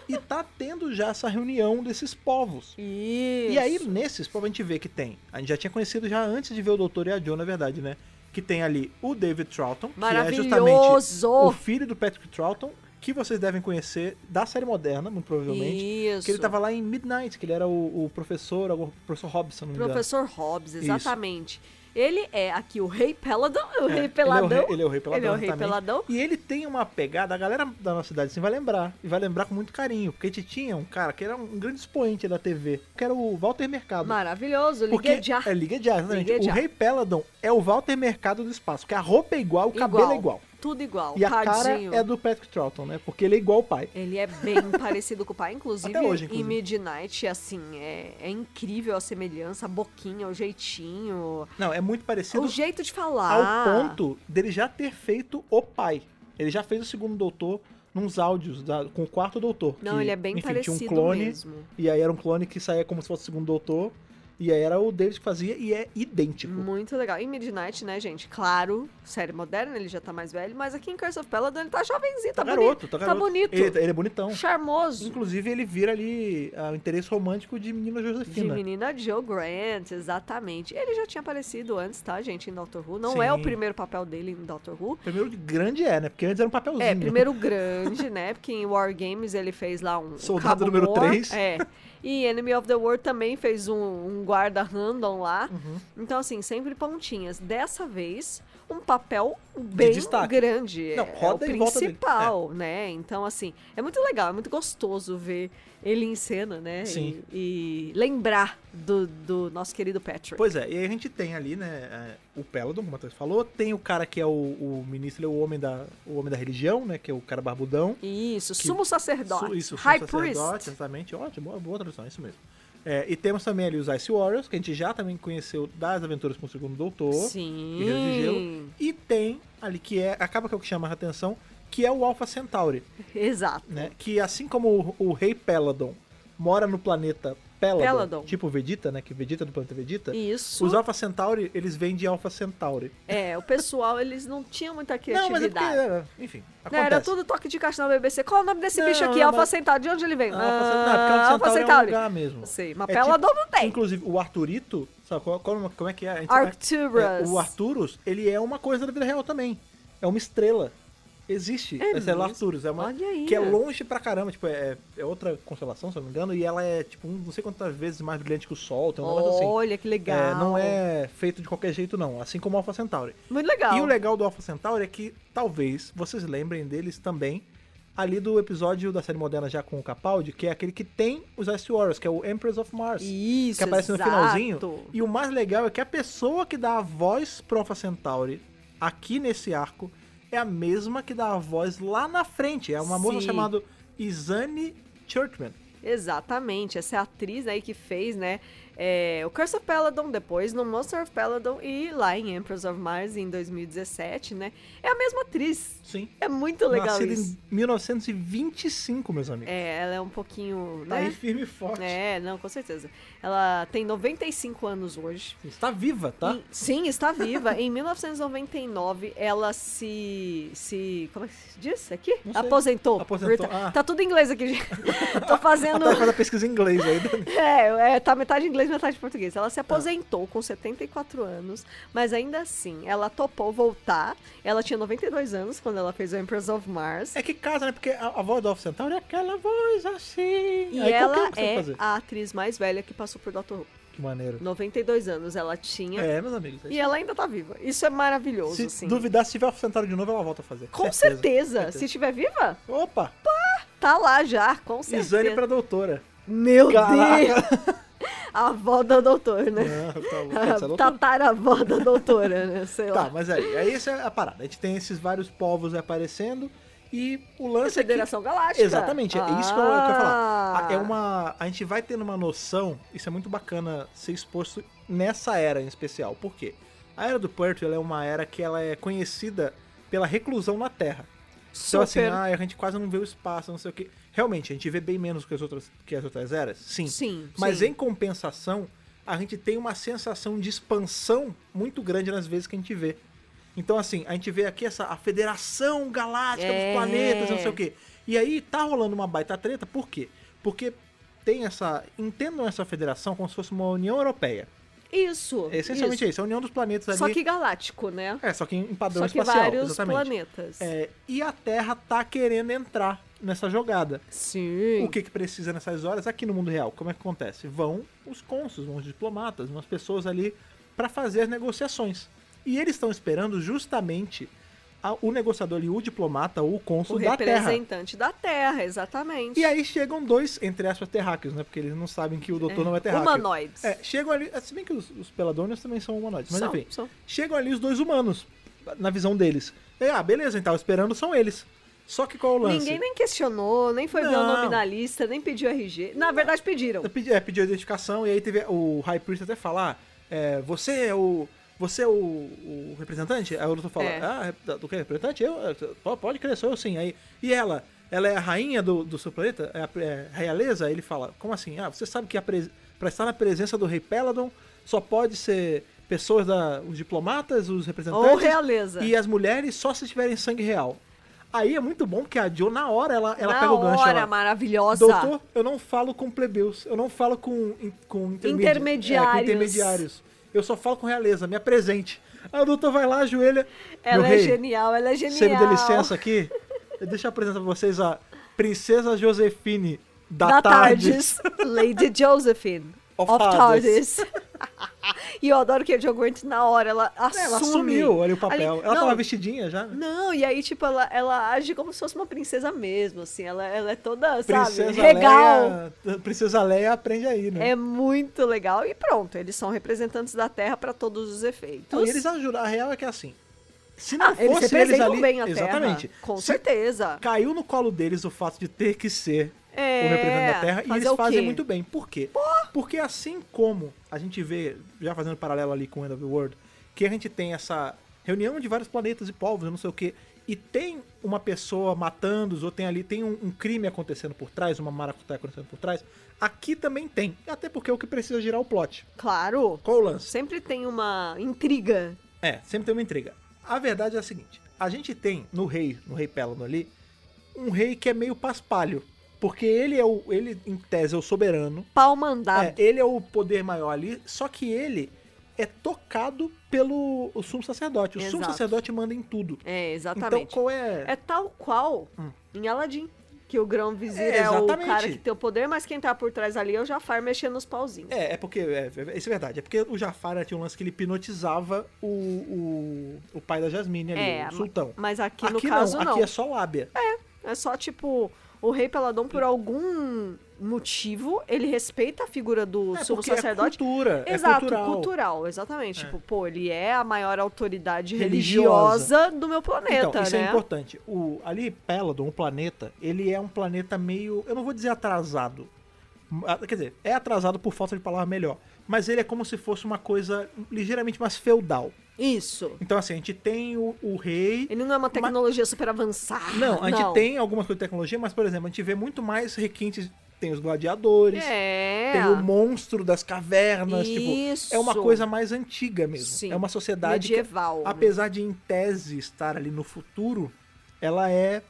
e tá tendo já essa reunião desses povos.
Isso.
E aí, nesses povos, a gente vê que tem. A gente já tinha conhecido já antes de ver o Doutor e a Joe, na verdade, né? Que tem ali o David Troughton, que é justamente
Maravilhoso!
o filho do Patrick Troughton, que vocês devem conhecer da série moderna, muito provavelmente.
Isso.
Que ele tava lá em Midnight, que ele era o, o professor, o professor Robson, não me engano.
Professor Hobbs,
Isso.
exatamente. Ele é aqui o Rei Peladão. O
É,
Rei Peladão.
Ele é o rei, ele é o rei peladão.
Ele é o Rei
exatamente.
Peladão.
E ele tem uma pegada, a galera da nossa cidade assim, vai lembrar. E vai lembrar com muito carinho. Porque a gente tinha um cara que era um grande expoente da TV, que era o Walter Mercado.
Maravilhoso.
porque
Liguei já.
É Liga de Ar, exatamente.
Liga de
O
Ar.
Rei Peladon é o Walter Mercado do espaço, que a roupa é igual, o cabelo é igual.
Tudo igual.
E a cara
Tadinho.
é do Patrick Troughton, né? Porque ele é igual o pai.
Ele é bem parecido com o pai, inclusive,
Até hoje,
em
inclusive.
Midnight, assim, é, é incrível a semelhança, a boquinha, o jeitinho,
Não, é muito parecido
o jeito de falar.
ao ponto dele já ter feito o pai. Ele já fez o segundo doutor nos áudios da- com o quarto doutor.
Não,
que,
ele é bem
enfim,
parecido
tinha um clone,
mesmo.
E aí era um clone que saía como se fosse o segundo doutor. E aí era o David que fazia e é idêntico.
Muito legal. Em Midnight, né, gente? Claro, série moderna, ele já tá mais velho, mas aqui em Curse of Peladon ele tá jovenzinho, tá, bonito.
tá garoto.
Tá bonito.
Ele, ele é bonitão.
Charmoso.
Inclusive, ele vira ali ah, o interesse romântico de menina
De
Josefina.
menina Joe Grant, exatamente. Ele já tinha aparecido antes, tá, gente, em Doctor Who. Não
Sim.
é o primeiro papel dele em Doctor Who.
Primeiro de grande é, né? Porque antes era um papelzinho.
É, primeiro grande, né? Porque em War Games ele fez lá um.
Soldado
Cabo
número
Moore,
três.
É. E Enemy of the World também fez um, um guarda random lá.
Uhum.
Então, assim, sempre pontinhas. Dessa vez, um papel bem
destaque.
grande.
Não,
é,
roda
é o
e volta dele. É.
principal, né? Então, assim, é muito legal, é muito gostoso ver ele em cena, né?
Sim.
E, e lembrar do, do nosso querido Patrick.
Pois é, e aí a gente tem ali, né, é, o Peladon, como a Matheus falou, tem o cara que é o, o ministro, ele é o homem, da, o homem da religião, né, que é o cara barbudão.
Isso,
Que-
sumo sacerdote.
Su- Isso,
High
High sacerdote, né?
Priest.
exatamente. Ótimo, boa, boa tradução, isso mesmo. É, e temos também ali os Ice Warriors, que a gente já também conheceu das aventuras com o segundo doutor. Guerreiro de
Sim.
gelo. E tem ali que é, acaba que é o que chama a atenção, que é o Alpha Centauri,
Exato.
né? Que assim como o, o rei Peladon mora no planeta Peladon,
Peladon.
tipo Vegeta, né? Que Vegeta é do planeta Vegeta.
Isso.
Os Alpha Centauri, eles vêm de Alpha Centauri.
É, o pessoal, eles não tinham muita
Não, mas é
criatividade.
porque, é, enfim,
Não,
acontece.
era tudo toque de caixa na BBC. Qual o nome desse
Não,
bicho aqui?
não,
Alpha
mas-
Centauri. De onde ele
Ah,
vem?
Alpha Centauri- não, é porque Alpha Centauri é um lugar mesmo.
Sei, mas
É
Peladon
tipo-
não tem.
Inclusive, o Arturito, sabe qual, qual- como é que é? A gente-
Arcturus.
é, o Arturus, ele é uma coisa da vida real também. É uma estrela. Existe.
É
Essa é o
mesmo?
Arturus. É uma,
Olha aí.
Que é longe pra caramba. Tipo, é, é outra constelação, se eu não me engano. E ela é, tipo, um- não sei quantas vezes mais brilhante que o Sol. Tem um negócio assim.
Olha, que legal.
É, não é feito de qualquer jeito, não. Assim como o Alpha Centauri.
Muito legal.
E o legal do Alpha Centauri é que talvez vocês lembrem deles também ali do episódio da série moderna já com o Capaldi, que é aquele que tem os Ice Warriors, que é o Empress of Mars.
Isso,
que aparece
exato.
no finalzinho. E o mais legal é que a pessoa que dá a voz pro Alpha Centauri aqui nesse arco é a mesma que dá a voz lá na frente. É uma moça
Sim.
chamada Isane Churchman.
Exatamente. Essa é a atriz aí que fez, né? é, o Curse of Peladon, depois no Monster of Peladon e lá em Empress of Mars em 2017, né? É a mesma atriz.
Sim.
É muito legal
Nascida
isso.
em 1925, meus amigos.
É, ela é um pouquinho.
Tá
né?
aí firme e forte.
É, não, com certeza. Ela tem 95 anos hoje.
Está viva, tá?
E- sim, está viva. em 1999, ela se. se como é que se diz aqui?
Não sei.
Aposentou.
Aposentou,
Reti-
ah. Tá
Tá tudo em inglês aqui. gente. Tô fazendo.
Ela faz a pesquisa em inglês aí. né? Dani.
É, é, tá metade inglês, metade português. Ela se
Tá.
aposentou com 74 anos, mas ainda assim, ela topou voltar. Ela tinha 92 anos quando ela fez o Empress of Mars.
É que casa, né? Porque a, a voz do Alpha Centauri é aquela voz assim. Aí
E
qualquer um
ela
consegue
é
fazer.
a atriz mais velha que passou por Doctor Who.
Que maneiro.
92 anos ela tinha.
É, meus amigos. é
E
isso.
ela ainda tá viva. Isso é maravilhoso,
se
assim.
duvidar, se tiver Alpha Centauri de novo, ela volta a fazer.
Com certeza. Se
certeza.
estiver viva,
Opa!
tá lá já, com certeza.
Exame pra doutora.
Meu Deus!
Caraca!
A avó da doutora, né?
Não, tá louco, essa é
A
doutora.
tataravó da doutora, né? Sei lá.
Tá, mas aí, aí essa é a parada. A gente tem esses vários povos aparecendo e o lance é que...
Federação Galáctica.
Exatamente, é isso que eu, que eu ia falar. A- É
Ah.
uma... A gente vai tendo uma noção, isso é muito bacana ser exposto nessa era em especial. Por quê? A Era do Puerto ela é uma era que ela é conhecida pela reclusão na Terra. Então assim,
Super.
ah, a gente quase não vê o espaço, não sei o quê. Realmente, a gente vê bem menos que as outras, que as outras eras, sim.
Sim,
Mas
sim.
em compensação, a gente tem uma sensação de expansão muito grande nas vezes que a gente vê. Então, assim, a gente vê aqui essa a Federação Galáctica
É.
dos Planetas, não sei o quê. E aí tá rolando uma baita treta, por quê? Porque tem essa. Entendam essa federação como se fosse uma União Europeia.
Isso.
É essencialmente isso, a União dos Planetas ali.
Só que galáctico, né?
É, só que em padrão
Só que
espacial.
vários
exatamente.
planetas.
É, e a Terra tá querendo entrar nessa jogada.
Sim.
O que, que precisa nessas horas aqui no mundo real? Como é que acontece? Vão os cônsuls, vão os diplomatas, vão as pessoas ali para fazer as negociações. E eles estão esperando justamente a- o negociador ali, o diplomata ou o
O
cônsul da Terra.
representante da Terra, exatamente.
E aí chegam dois, entre aspas, terráqueos, né? Porque eles não sabem que o doutor não é terráqueo.
Humanoides.
É, chegam ali, se bem que os, os peladônios também são humanoides, mas
São,
enfim.
são.
Chegam ali os dois humanos, na visão deles. E, ah, beleza, então, esperando são eles. Só que qual é o lance?
Ninguém nem questionou, nem foi ver o
Não.
nome na lista, nem pediu RG. Na verdade, pediram.
Eu pedi- é, pediu a identificação e aí teve o High Priest até falar, é, você é o você é o, o representante? Aí o Luthor fala,
É.
ah, rep- do que representante? Eu, é, po- pode crer, sou eu sim. Aí, e ela? Ela é a rainha do, do seu planeta? É a pre- é a realeza? Aí ele fala, como assim? Ah, você sabe que a pres- pra estar na presença do rei Peladon só pode ser pessoas da... os diplomatas, os representantes...
Ou realeza.
E as mulheres só se tiverem sangue real. Aí é muito bom que a Jo, na hora, ela, ela
na
pega o gancho.
hora,
ela-
maravilhosa.
Doutor, eu não falo com plebeus, eu não falo com, in- com, intermedi-
Intermediários.
é, com intermediários. Eu só falo com realeza, me apresente. Aí o doutor vai lá, ajoelha.
Ela
meu
é
rei,
genial, ela é genial.
Você me dê licença aqui? Deixa eu apresentar pra vocês a Princesa Josefine da,
da
tarde.
Tardes. Lady Josephine.
Of
Tardes. e eu adoro que a Jo Grant, na hora, ela assume.
É, Ela assumiu olha o papel.
Ali-
Ela
não,
tava vestidinha já. né?
Não, e aí, tipo, ela, ela age como se fosse uma princesa mesmo, assim. Ela, ela é toda, sabe,
Princesa
regal.
Leia, Princesa Leia aprende aí, né?
É muito legal. E pronto, eles são representantes da Terra pra todos os efeitos.
Então, e eles ajudam. A real é que é assim. Se não
Ah, eles
fosse eles
representam
ali,
bem a
exatamente.
Terra. Com
Se-
certeza.
caiu no colo deles o fato de ter que ser
É,
o representante da Terra e
fazer
eles
o
fazem
quê?
muito bem. Por quê? Porque assim como a gente vê, já fazendo um paralelo ali com o End of the World, que a gente tem essa reunião de vários planetas e povos, eu não sei o quê, e tem uma pessoa matando-os, ou tem ali, tem um, um crime acontecendo por trás, uma maracutaia acontecendo por trás, aqui também tem. Até porque é o que precisa girar o plot.
Claro.
Qual o lance?
Sempre tem uma intriga.
É, sempre tem uma intriga. A verdade é a seguinte: a gente tem no rei, no rei Pelano ali, um rei que é meio paspalho. Porque ele é o. Ele, em tese, é o soberano.
Pau
É,
mandado.
ele é o poder maior ali, só que ele é tocado pelo o sumo sacerdote. O sumo
Exato.
sacerdote manda em tudo.
É,
Então
exatamente.
qual é.
É tal qual em Aladdin. Que o grão vizir
É,
é, o
exatamente.
cara que tem o poder, mas quem tá por trás ali é o Jafar mexendo nos pauzinhos.
É, é porque. É, é- isso é verdade. É porque o Jafar né, tinha um lance que ele hipnotizava o, o, o pai da Jasmine ali,
É,
o sultão.
mas aqui no
aqui
caso
não,
não.
aqui é só lábia.
É só tipo, o rei Peladon, por algum motivo, ele respeita a figura do
É,
sumo
porque é
sacerdote.
cultura, é
Exato,
cultural.
exatamente. Tipo, pô, ele é a maior autoridade
Religiosa.
religiosa, do meu planeta,
Então, isso
né?
é importante. O, ali, Peladon, o planeta, ele é um planeta meio. Eu não vou dizer atrasado. Ah, Quer dizer, é atrasado por falta de palavra melhor. mas ele é como se fosse uma coisa ligeiramente mais feudal.
Isso.
Então, assim, a gente tem o, o rei.
Ele não é uma tecnologia super avançada.
Não, a gente tem algumas coisas de tecnologia, mas, por exemplo, a gente vê muito mais requintes. Tem os gladiadores,
É.
tem o monstro das cavernas. Tipo, é uma
Isso.
coisa mais antiga mesmo.
Sim.
É uma sociedade que,
medieval. né?
apesar de em tese estar ali no futuro, ela é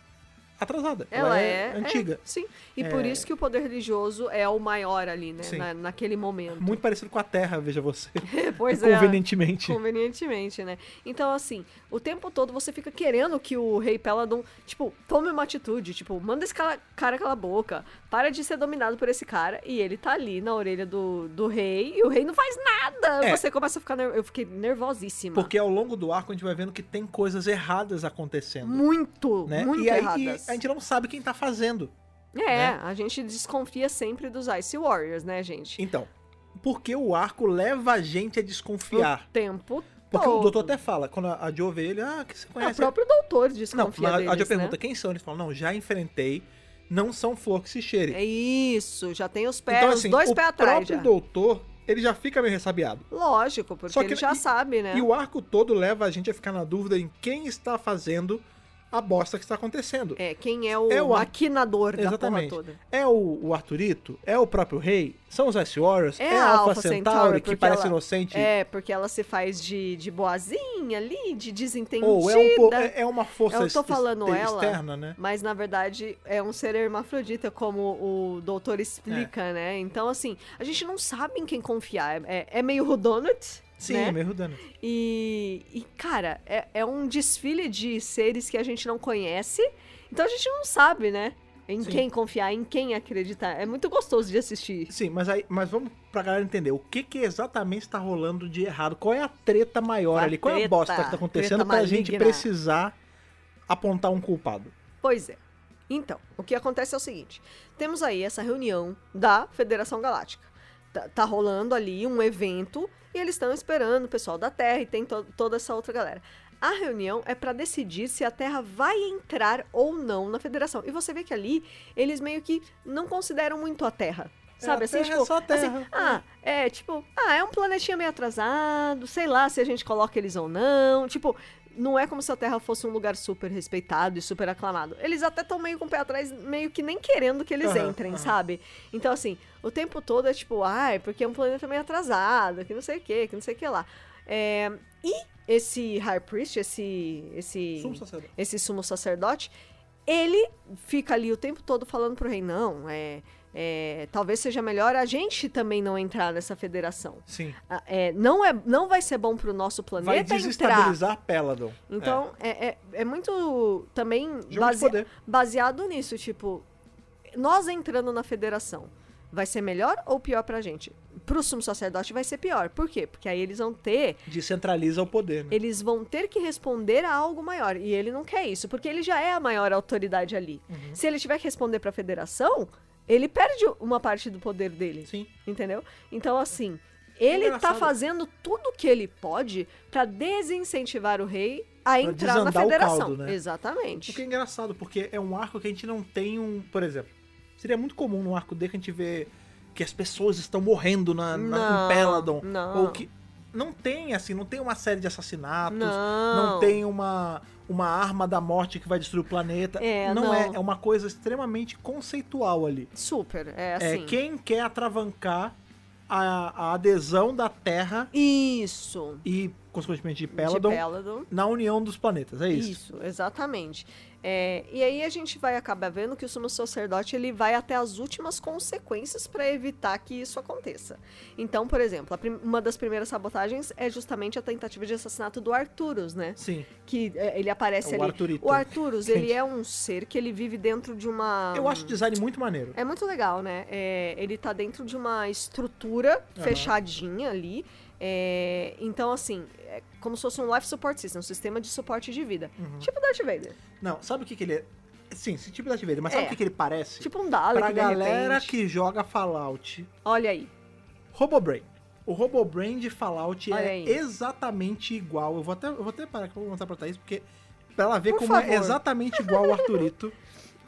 atrasada. Ela,
Ela
é,
é,
antiga.
é, sim. E por isso que o poder religioso é o maior ali, né?
Sim.
Na- naquele momento.
Muito parecido com a Terra, veja você.
Pois é.
Convenientemente.
Convenientemente, né? Então, assim, o tempo todo você fica querendo que o Rei Peladon, tipo, tome uma atitude, tipo, manda esse cala- cara calar a boca, para de ser dominado por esse cara, e ele tá ali na orelha do, do rei, e o rei não faz nada!
É.
Você começa a ficar... ner- Eu fiquei nervosíssima.
Porque ao longo do arco a gente vai vendo que tem coisas erradas acontecendo.
Muito,
né?
muito
e aí
erradas.
a gente né? não sabe quem tá fazendo.
É, a gente desconfia sempre dos Ice Warriors, né, gente?
Então, porque o arco leva a gente a desconfiar.
O tempo
Porque
todo.
o doutor até fala, quando a a Jo vê ele, ah, que você
É, o
conhece.
próprio doutor
não,
desconfia
mas a-
deles,
a Jo pergunta,
né?
quem são? Ele fala, não, já enfrentei, não são flor que se cheire.
É isso, já tem os pés,
então, assim,
os dois
o
pés
próprio
atrás já.
doutor, ele já fica meio ressabiado.
Lógico, porque
Só que
ele já
e-
sabe, né?
E o arco todo leva a gente a ficar na dúvida em quem está fazendo a bosta que está acontecendo.
É, quem é o,
É o ar-
maquinador da porra
Exatamente.
toda.
É o, o Arturito? É o próprio rei? São os Ice Warriors?
É
a
a
Alpha,
Alpha
Centauri,
Centauri,
que
porque
parece
ela-
inocente?
É, porque ela se faz de, de boazinha ali, de desentendida.
Ou é, um po- é, é uma força
Eu tô
ex-
falando
ex-
ela,
externa, né?
Mas, na verdade, é um ser hermafrodita, como o doutor explica,
É.
né? Então, assim, a gente não sabe em quem confiar. É, é meio Rodonut,
Sim,
né?
é meio dano.
E, e, cara, é, é um desfile de seres que a gente não conhece, então a gente não sabe, né? Em
Sim.
quem confiar, em quem acreditar. É muito gostoso de assistir.
Sim, mas aí, mas vamos pra galera entender o que que exatamente está rolando de errado. Qual é a treta maior
A
ali? Qual é a
treta,
bosta que tá acontecendo
treta
pra gente
maligna.
precisar apontar um culpado?
Pois é. Então, o que acontece é o seguinte: temos aí essa reunião da Federação Galáctica. Tá, tá rolando ali um evento e eles estão esperando o pessoal da Terra e tem to- toda essa outra galera. A reunião é pra decidir se a Terra vai entrar ou não na Federação. E você vê que ali eles meio que não consideram muito a Terra.
É,
Sabe
a
assim,
Terra é
tipo,
só a Terra.
assim, ah, é, tipo, ah, é um planetinha meio atrasado, sei lá se a gente coloca eles ou não. Tipo, não é como se a Terra fosse um lugar super respeitado e super aclamado. Eles até estão meio com o pé atrás, meio que nem querendo que eles
Aham,
entrem,
aham.
sabe? Então, assim, o tempo todo é tipo, ah, é porque é um planeta meio atrasado, que não sei o que, que não sei o que lá. É, e esse High Priest, esse. esse
Sumo sacerdote.
esse sumo sacerdote, ele fica ali o tempo todo falando pro rei, não, é, é, talvez seja melhor a gente também não entrar nessa federação.
Sim.
Ah, é, não, é, não vai ser bom pro nosso planeta
Vai
entrar.
desestabilizar Peladon.
Então, é, é, é muito também
de
basea-
poder.
baseado nisso, tipo, nós entrando na federação, vai ser melhor ou pior pra gente? Pro sumo sacerdote vai ser pior. Por quê? Porque aí eles vão ter
É, descentraliza o poder, né?
eles vão ter que responder a algo maior. E ele não quer isso, porque ele já é a maior autoridade ali.
Uhum.
Se ele tiver que responder pra federação, ele perde uma parte do poder dele.
Sim.
Entendeu? Então, assim, ele tá
Engraçado.
fazendo tudo o que ele pode pra desincentivar o rei a entrar na
desandar o
federação.
caldo, né?
Exatamente.
O que é engraçado, porque é um arco que a gente não tem um. Por exemplo, seria muito comum num arco D que a gente vê que as pessoas estão morrendo na, na,
Não,
em Peladon.
não.
Ou que. Não tem, assim, não tem uma série de assassinatos.
Não.
tem uma, uma arma da morte que vai destruir o planeta.
É,
não, é.
não.
É uma coisa extremamente conceitual ali.
Super, é assim.
É quem quer atravancar a, a adesão da Terra
Isso.
e, consequentemente, de
De
Peladon,
Peladon.
na união dos planetas. É isso.
Isso, exatamente. É, e aí a gente vai acabar vendo que o sumo sacerdote ele vai até as últimas consequências para evitar que isso aconteça. Então, por exemplo, a prim- uma das primeiras sabotagens é justamente a tentativa de assassinato do Arturus, né?
Sim.
Que é, ele aparece
É o
ali.
Arturito.
O Arturus,
Gente.
ele é um ser que ele vive dentro de uma.
Eu acho o design muito maneiro.
É muito legal, né? É, ele tá dentro de uma estrutura
Aham.
fechadinha ali. É, então, assim, é como se fosse um life support system, um sistema de suporte de vida.
Uhum.
Tipo Darth Vader.
Não, sabe o que, que ele é? Sim, esse tipo da Vader, mas sabe
É.
o que, que ele parece?
Tipo um Dalek,
pra
de
galera
repente.
que joga Fallout,
Olha aí.
Robobrain. O Robobrain de Fallout
Olha
é
aí.
exatamente igual. Eu vou até, eu vou até parar que eu vou mostrar pra Thaís, porque pra ela ver
Por
como é
favor.
exatamente igual o Arturito.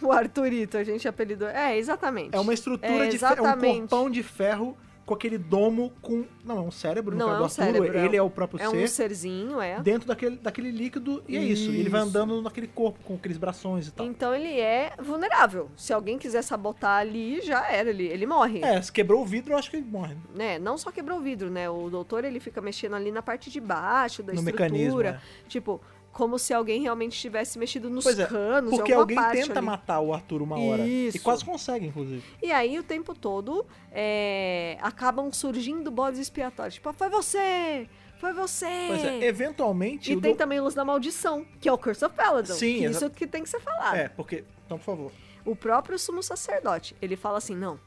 O Arturito, a gente apelidou. É, exatamente.
É uma estrutura
É,
de ferro, é um
exatamente.
corpão de ferro com aquele domo com. Não, é um cérebro,
Não,
no
é
caso
um
do Arthur,
cérebro, é
ele
um-
é o próprio
É
ser.
um serzinho, é.
Dentro daquele, daquele líquido, e é isso. Ele vai
Isso.
andando naquele corpo com aqueles brações e tal.
Então ele é vulnerável. Se alguém quiser sabotar ali, já era, ele, ele morre.
É, se quebrou o vidro, eu acho que ele morre.
Né? Não só quebrou o vidro, né? O doutor ele fica mexendo ali na parte de baixo da
No
estrutura.
mecanismo, é.
Tipo, como se alguém realmente tivesse mexido nos
Pois é,
canos,
Porque
alguma
alguém
parte
tenta
ali.
matar o Arthur uma hora. E
Isso.
quase consegue, inclusive.
E aí o tempo todo é, acabam surgindo bodes expiatórios. Tipo, "Ah, foi você! Foi você!
Pois é, eventualmente.
E
o
tem
do-
também o lance da maldição, que é o Curse of Peladon.
Sim,
que
exa-
isso que tem que ser falado.
É, porque. Então, por favor.
O próprio sumo sacerdote, ele fala assim, não,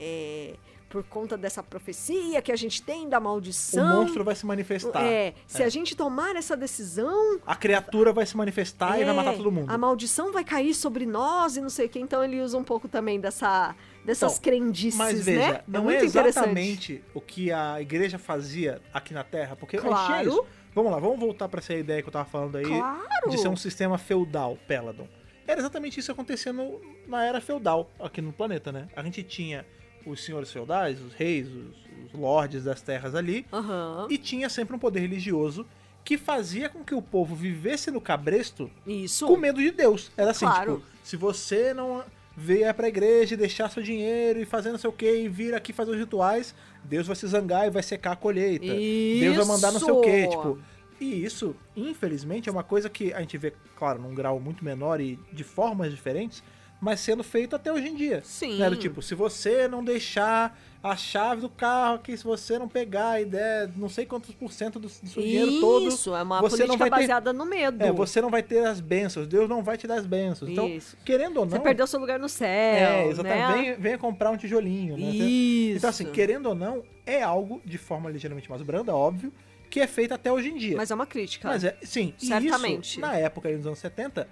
é, por conta dessa profecia que a gente tem da maldição...
O monstro vai se manifestar.
É, se a gente tomar essa decisão...
A criatura vai se manifestar e vai
é,
matar todo mundo.
A maldição vai cair sobre nós e não sei o que. Então ele usa um pouco também dessa, dessas
Então,
crendices,
Mas
né?
veja, não é,
muito interessante.
exatamente o que a igreja fazia aqui na Terra, porque
Claro.
antes isso. Vamos lá, vamos voltar pra essa ideia que eu tava falando aí
Claro.
de ser um sistema feudal, Peladon. Era exatamente isso acontecendo na era feudal aqui no planeta, né? A gente tinha os senhores feudais, os reis, os, os lordes das terras ali,
Aham,
e tinha sempre um poder religioso que fazia com que o povo vivesse no cabresto
isso.
com medo de Deus. Era assim,
Claro.
tipo, se você não vier pra igreja e deixar seu dinheiro e fazer não sei o que e vir aqui fazer os rituais, Deus vai se zangar e vai secar a colheita. Deus vai mandar não sei o que,
Isso.
tipo. E isso, infelizmente, é uma coisa que a gente vê, claro, num grau muito menor e de formas diferentes, mas sendo feito até hoje em dia.
Sim.
Né? Do tipo, se você não deixar a chave do carro aqui, se você não pegar e der não sei quantos por cento do, do seu dinheiro todo,
Isso, é uma
você não
política
vai ter
baseada no medo.
é, você não vai ter as bênçãos, Deus não vai te dar as bênçãos. Então,
Isso.
querendo ou não.
Você perdeu seu lugar no céu,
é,
né?
exatamente. Venha, venha comprar um tijolinho, né?
Isso.
Então, assim, querendo ou não, é algo, de forma ligeiramente mais branda, óbvio, que é feito até hoje em dia.
Mas é uma crítica.
Mas é, sim, e
Certamente.
isso, na época ali nos anos 70,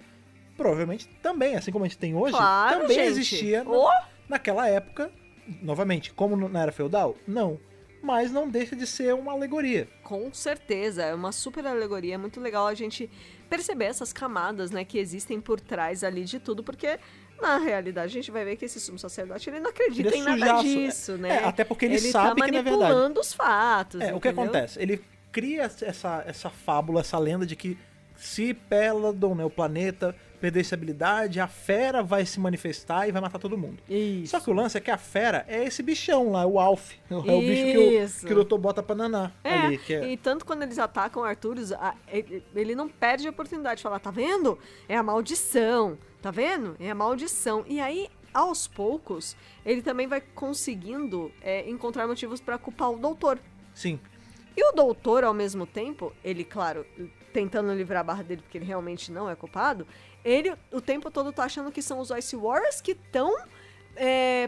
provavelmente também, assim como a gente tem hoje,
Claro,
também
gente.
existia né? na-
Oh!
naquela época, novamente, como no- na era feudal, não. Mas não deixa de ser uma alegoria.
Com certeza, é uma super alegoria. É muito legal a gente perceber essas camadas, né, que existem por trás ali de tudo, porque na realidade a gente vai ver que esse sumo sacerdote ele não acredita
Ele é
em nada
sujaço,
disso,
é.
né?
É, até porque ele
tá
sabe que não é verdade.
manipulando os fatos.
É, o que
entendeu?
acontece? Ele cria essa, essa fábula, essa lenda de que se Peladon, né, o planeta, perder essa habilidade, a fera vai se manifestar e vai matar todo mundo.
Isso.
Só que o lance é que a fera é esse bichão lá, o Alf. É o bicho que
Isso.
o, que o doutor bota pra naná
É,
ali. Que é...
e tanto quando eles atacam o Arturus, a- ele ele não perde a oportunidade de falar, tá vendo? É a maldição, tá vendo? É a maldição. E aí, aos poucos, ele também vai conseguindo é, encontrar motivos pra culpar o doutor.
Sim.
E o doutor, ao mesmo tempo, ele, claro, tentando livrar a barra dele, porque ele realmente não é culpado, ele o tempo todo tá achando que são os Ice Warriors que estão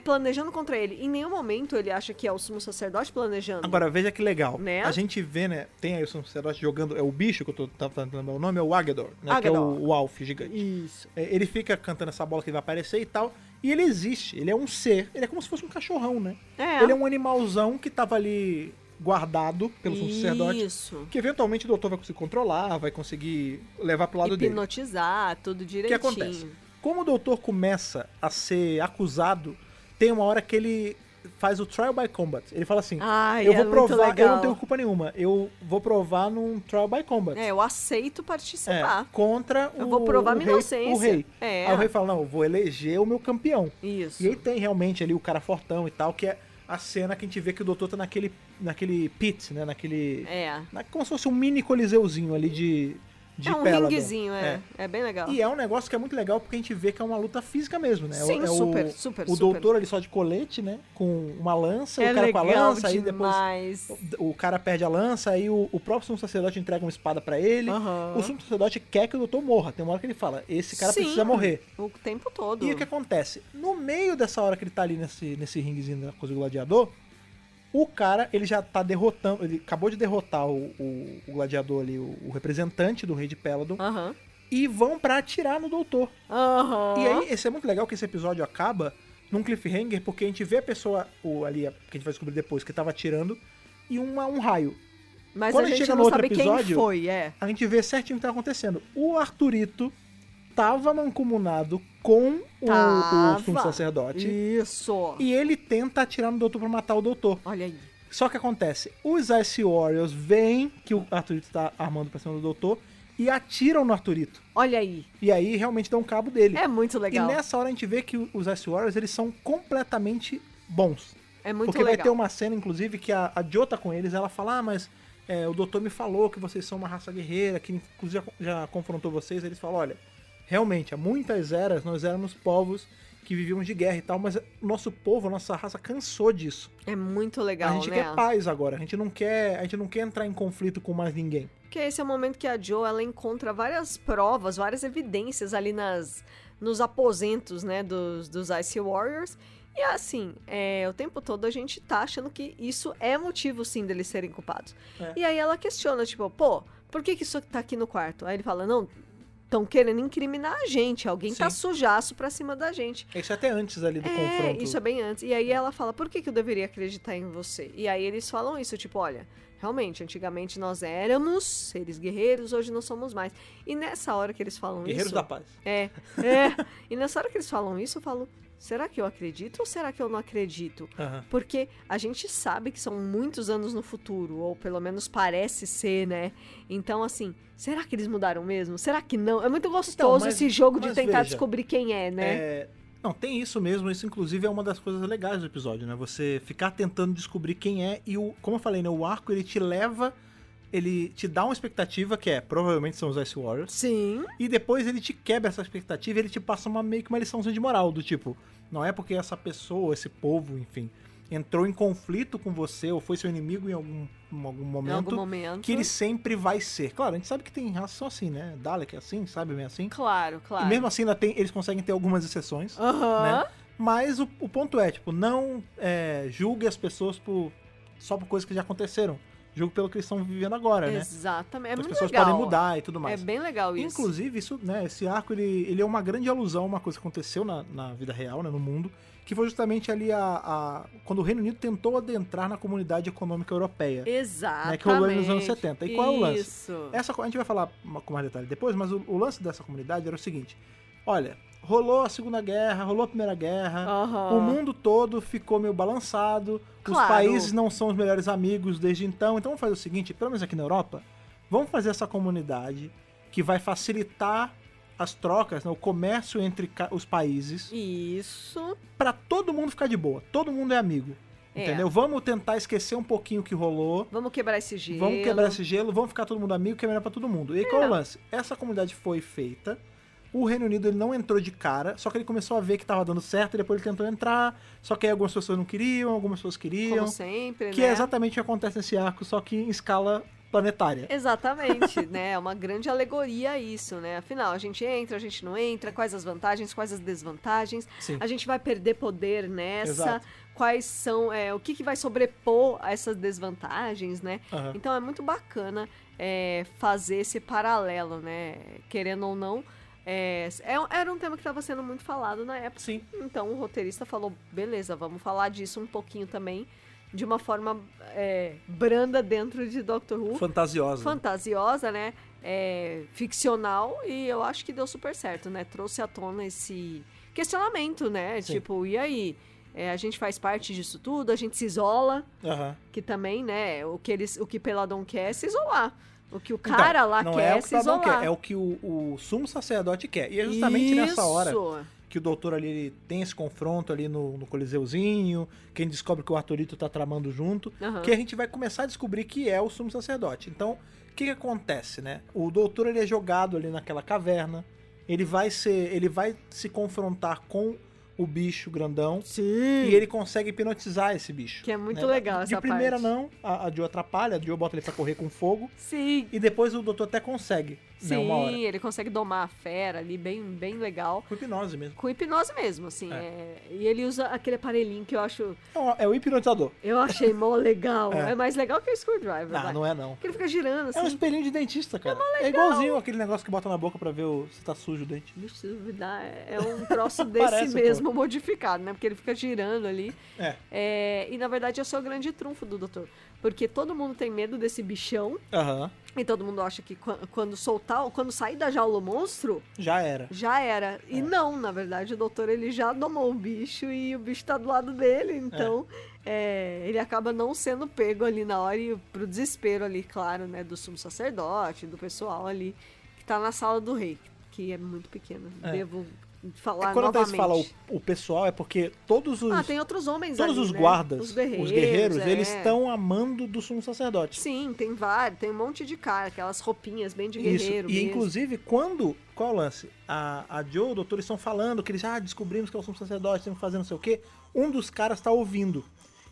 planejando contra ele. Em nenhum momento ele acha que é o sumo sacerdote planejando.
Agora, veja que legal.
Né?
A gente vê, né? Tem aí o sacerdote jogando. É o bicho que eu tô tá tentando lembrar o nome, é o Agador, né? Que é
Agador.
o, o Alf gigante.
Isso.
É, Ele fica cantando essa bola que vai aparecer e tal. E ele existe, ele é um ser, ele é como se fosse um cachorrão, né?
É.
Ele é um animalzão que tava ali guardado pelo sumo sacerdote.
Isso.
Que eventualmente o doutor vai conseguir controlar, vai conseguir levar pro lado dele.
Hipnotizar, tudo
O que
direitinho.
acontece? Como o doutor começa a ser acusado, tem uma hora que ele faz o trial by combat. Ele fala assim:
Ai,
Eu
é
vou
muito
provar, eu
legal.
não tenho culpa nenhuma. Eu vou provar num trial by combat.
É, eu aceito
É,
participar.
contra o
Eu vou provar
o
minha
rei,
inocência.
O rei.
É.
Aí o rei fala: Não, eu vou eleger o meu campeão.
Isso.
É. E aí tem realmente ali o cara fortão e tal, que é a cena que a gente vê que o doutor tá naquele, naquele pit, né? Naquele.
É.
na- como se fosse um mini coliseuzinho ali de. de
é um
Péladon.
ringuezinho, é. é. bem legal.
E é um negócio que é muito legal porque a gente vê que é uma luta física mesmo, né? É o-
Sim,
é o,
super, super,
O
super.
doutor ali só de colete, né? Com uma lança,
é
o cara com a
legal
lança, aí depois
demais.
o cara perde a lança, aí o, o próprio sumo sacerdote entrega uma espada pra ele.
Aham.
O sumo sacerdote quer que o doutor morra. Tem uma hora que ele fala, esse cara
Sim,
precisa morrer.
O tempo todo.
E o que é acontece? No meio dessa hora que ele tá ali nesse, nesse ringuezinho da coisa do gladiador, o cara, ele já tá derrotando, ele acabou de derrotar o, o- o gladiador ali, o, o representante do rei de Peladon,
Aham.
e vão pra atirar no doutor.
Aham.
E aí, esse é muito legal que esse episódio acaba num cliffhanger, porque a gente vê a pessoa, o, ali, a- que a gente vai descobrir depois, que tava atirando, e uma, um raio.
Mas
quando
a
a
gente
gente chega
não
no outro
sabe
episódio-
quem foi, é.
A gente vê certinho o que tá acontecendo. O Arturito, tava mancomunado com o, o sumo
Tava.
sacerdote.
Isso.
E ele tenta atirar no doutor pra matar o doutor.
Olha aí.
Só que acontece, os Ice Warriors veem que o Arturito tá armando pra cima do doutor e atiram no Arturito.
Olha aí.
E aí realmente dão cabo dele.
É muito legal.
E nessa hora a gente vê que os Ice Warriors, eles são completamente bons.
É muito
Porque
legal.
vai ter uma cena, inclusive, que a, a Jo tá com eles, ela fala, ah, mas é, o doutor me falou que vocês são uma raça guerreira, que inclusive já, já confrontou vocês, eles falam, olha, realmente, há muitas eras nós éramos povos que vivíamos de guerra e tal, mas nosso povo, nossa raça cansou disso.
É muito
a
legal,
gente
né?
quer paz agora, a gente não quer, a gente não quer entrar em conflito com mais ninguém.
Porque esse é o momento que a Jo ela encontra várias provas, várias evidências ali nas nos aposentos, né, dos, dos Ice Warriors. E assim, é, o tempo todo a gente tá achando que isso é motivo, sim, deles serem culpados.
É.
E aí ela questiona, tipo, pô, por que que isso tá aqui no quarto? Aí ele fala, não, estão querendo incriminar a gente, alguém tá
Sim.
sujaço pra cima da gente.
Isso até antes ali do
É,
confronto.
isso é bem antes. E aí ela fala, por que, que eu deveria acreditar em você? E aí eles falam isso, tipo, olha, realmente, antigamente nós éramos seres guerreiros, hoje não somos mais. E nessa hora que eles falam
Guerreiros
isso.
da Paz.
É, é. E nessa hora que eles falam isso, eu falo, será que eu acredito ou será que eu não acredito?
Aham.
Porque a gente sabe que são muitos anos no futuro, ou pelo menos parece ser, né? Então, assim, será que eles mudaram mesmo? Será que não? É muito gostoso
Então, mas-
esse jogo de
mas
tentar
veja,
descobrir quem é, né?
É, Não, tem isso mesmo. Isso, inclusive, é uma das coisas legais do episódio, né? Você ficar tentando descobrir quem é e, o, como eu falei, né? O arco, ele te leva... Ele te dá uma expectativa, que é, provavelmente são os Ice Warriors.
Sim.
E depois ele te quebra essa expectativa e ele te passa uma, meio que uma liçãozinha de moral, do tipo... Não é porque essa pessoa, esse povo, enfim... Entrou em conflito com você ou foi seu inimigo em algum, em algum
Em algum
momento...
momento.
que ele sempre vai ser. Claro, a gente sabe que tem raças que são assim, né? Dalek é assim, sabe? Bem assim.
Claro, claro.
E mesmo assim, ainda tem, eles conseguem ter algumas exceções.
Aham.
né? Mas o, o ponto é, tipo, não é, julgue as pessoas por, só por coisas que já aconteceram. Julgue pelo que eles estão vivendo agora, né?
Exatamente. É
as
muito
pessoas
legal.
podem mudar e tudo
É
mais.
bem legal isso.
Inclusive, isso, né, esse arco ele, ele é uma grande alusão a uma coisa que aconteceu na, na vida real, né, no mundo, que foi justamente ali a, a- quando o Reino Unido tentou adentrar na comunidade econômica europeia.
Exatamente.
né, que rolou ali nos anos 70. E qual é o lance?
Isso.
Essa, a gente vai falar ma- com mais detalhe depois, mas o, o lance dessa comunidade era o seguinte: olha, rolou a Segunda Guerra, rolou a Primeira Guerra,
Aham.
o mundo todo ficou meio balançado, os
Claro.
países não são os melhores amigos desde então, então vamos fazer o seguinte: pelo menos aqui na Europa, vamos fazer essa comunidade que vai facilitar as trocas, né, o comércio entre ca- os países,
Isso.
pra todo mundo ficar de boa, todo mundo é amigo.
É.
Entendeu? Vamos tentar esquecer um pouquinho o que rolou.
Vamos quebrar esse gelo.
Vamos quebrar esse gelo, vamos ficar todo mundo amigo, que é melhor pra todo mundo. E aí, qual é o lance? Essa comunidade foi feita, o Reino Unido ele não entrou de cara, só que ele começou a ver que tava dando certo, e depois ele tentou entrar, só que aí algumas pessoas não queriam, algumas pessoas queriam.
Como sempre,
que
né?
é exatamente o que acontece nesse arco, só que em escala planetária.
Exatamente, né? É uma grande alegoria isso, né? Afinal, a gente entra, a gente não entra, quais as vantagens, quais as desvantagens,
Sim.
É, a gente vai perder poder nessa,
Exato.
quais são, é, o que, que vai sobrepor a essas desvantagens, né?
Aham.
Então é muito bacana é, fazer esse paralelo, né? Querendo ou não, é, é um- era um tema que estava sendo muito falado na época.
Sim.
Então o roteirista falou, beleza, vamos falar disso um pouquinho também, de uma forma é, branda dentro de Doctor Who
Fantasiosa.
fantasiosa, né? É, ficcional e eu acho que deu super certo, né? Trouxe à tona esse questionamento, né?
Sim.
Tipo, e aí? É, a gente faz parte disso tudo, a gente se isola,
Aham.
que também, né? O que eles, o que Peladon quer é se isolar. O que o
Então,
cara lá
não
quer
é o que
se
o Babão
isolar.
quer, é o que o, o sumo sacerdote quer. E é justamente nessa hora
Isso.
que o doutor ali ele tem esse confronto ali no, no Coliseuzinho, quem descobre que o Arthurito tá tramando junto,
Aham.
que a gente vai começar a descobrir que é o sumo sacerdote. Então, o que, que acontece, né? O doutor ele é jogado ali naquela caverna, ele vai ser, ele vai se confrontar com o bicho grandão
Sim.
e ele consegue hipnotizar esse bicho.
Que é muito
né?
legal
De
essa
primeira
parte.
não, a, a Joe atrapalha, a Joe bota ele pra correr com fogo
Sim.
e depois o doutor até consegue, né, uma hora.
Sim, ele consegue domar a fera ali, bem, bem legal.
Com hipnose mesmo.
Com hipnose mesmo, assim. é. E ele usa aquele aparelhinho que eu acho
É o- É o hipnotizador.
Eu achei mó legal.
É.
É. mais legal que o Screwdriver.
Não,
vai.
não é não.
Porque ele fica girando assim.
É um espelhinho de dentista, cara. É, igualzinho aquele negócio que bota na boca pra ver o- se tá sujo o dente.
Bicho, se duvidar, É um troço desse
Parece,
mesmo modificado, né? Porque ele fica girando ali.
É.
É, e na verdade esse é o grande trunfo do doutor. Porque todo mundo tem medo desse bichão.
Aham.
E todo mundo acha que quan- quando soltar, quando sair da jaula o monstro,
Já era.
já era. E
É.
não, na verdade, o doutor ele já domou o bicho e o bicho tá do lado dele, então é, ele acaba não sendo pego ali na hora e pro desespero ali, claro, né, do sumo sacerdote, do pessoal ali que tá na sala do rei, que é muito pequena.
É.
Devo falar
É, quando a Thaís
novamente.
fala o, o pessoal, é porque todos os,
Ah, tem outros homens
todos
ali,
os
né?
guardas,
os guerreiros, é.
eles estão amando do sumo sacerdote.
Sim, tem vários, tem um monte de cara, aquelas roupinhas bem de
Isso.
guerreiro
E
mesmo.
inclusive, quando. Qual é o lance? A, a Joe, o doutor, eles estão falando que eles ah, descobrimos que é o sumo sacerdote, temos que fazer não sei o quê. Um dos caras tá ouvindo.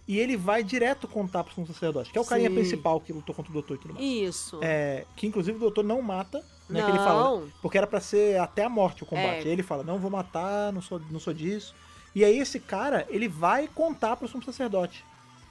E ele vai direto contar pro sumo sacerdote, que é o carinha
Sim.
principal que lutou contra o doutor e tudo mais.
Isso.
É, que inclusive o doutor não mata, né? Que ele fala.
Não.
Porque era pra ser até a morte o combate.
É.
Aí ele fala, não vou matar, não sou, não sou disso. E aí esse cara, ele vai contar pro sumo sacerdote.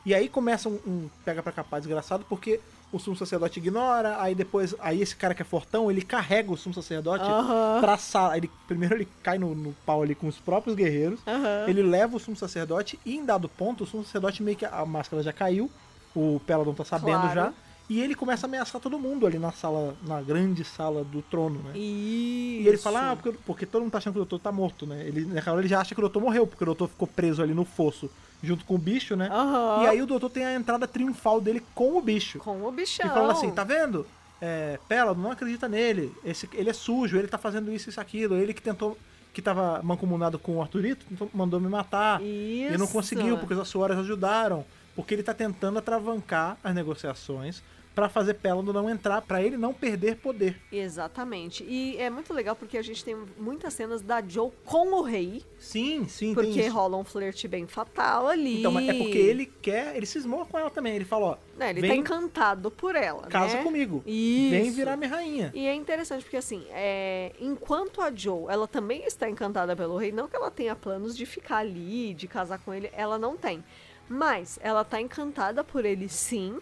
E aí começa um, um pega pra capaz desgraçado, porque o sumo sacerdote ignora, aí depois, aí esse cara que é fortão, ele carrega o sumo sacerdote
Aham.
pra sala. Ele, primeiro ele cai no, no pau ali com os próprios guerreiros,
Aham.
ele leva o sumo sacerdote e em dado ponto, o sumo sacerdote meio que a máscara já caiu, o Peladon tá sabendo
Claro.
já, e ele começa a ameaçar todo mundo ali na sala, na grande sala do trono, né?
Isso.
E ele fala, ah, porque, porque todo mundo tá achando que o doutor tá morto, né? Ele, naquela hora ele já acha que o doutor morreu, porque o doutor ficou preso ali no fosso junto com o bicho, né?
Aham.
E aí o doutor tem a entrada triunfal dele com o bicho.
Com o bichão.
E falando assim, tá vendo? É, Pela, não acredita nele. Esse, ele é sujo, ele tá fazendo isso, isso, aquilo. Ele que tentou, que tava mancomunado com o Arthurito, então mandou me matar.
Isso.
E não conseguiu, porque as suoras ajudaram. Porque ele tá tentando atravancar as negociações pra fazer Pelando não entrar, pra ele não perder poder.
Exatamente. E é muito legal porque a gente tem muitas cenas da Joe com o rei,
Sim, sim, tem
porque
isso.
rola um flerte bem fatal ali.
Então, mas é porque ele quer, ele cismou com ela também. Ele falou, ó,
Né, ele tá
vem,
encantado por ela.
casa
né?
comigo.
Isso.
Vem virar minha rainha.
E é interessante porque, assim, é, enquanto a Joe, ela também está encantada pelo rei, não que ela tenha planos de ficar ali, de casar com ele, ela não tem. Mas ela tá encantada por ele, sim.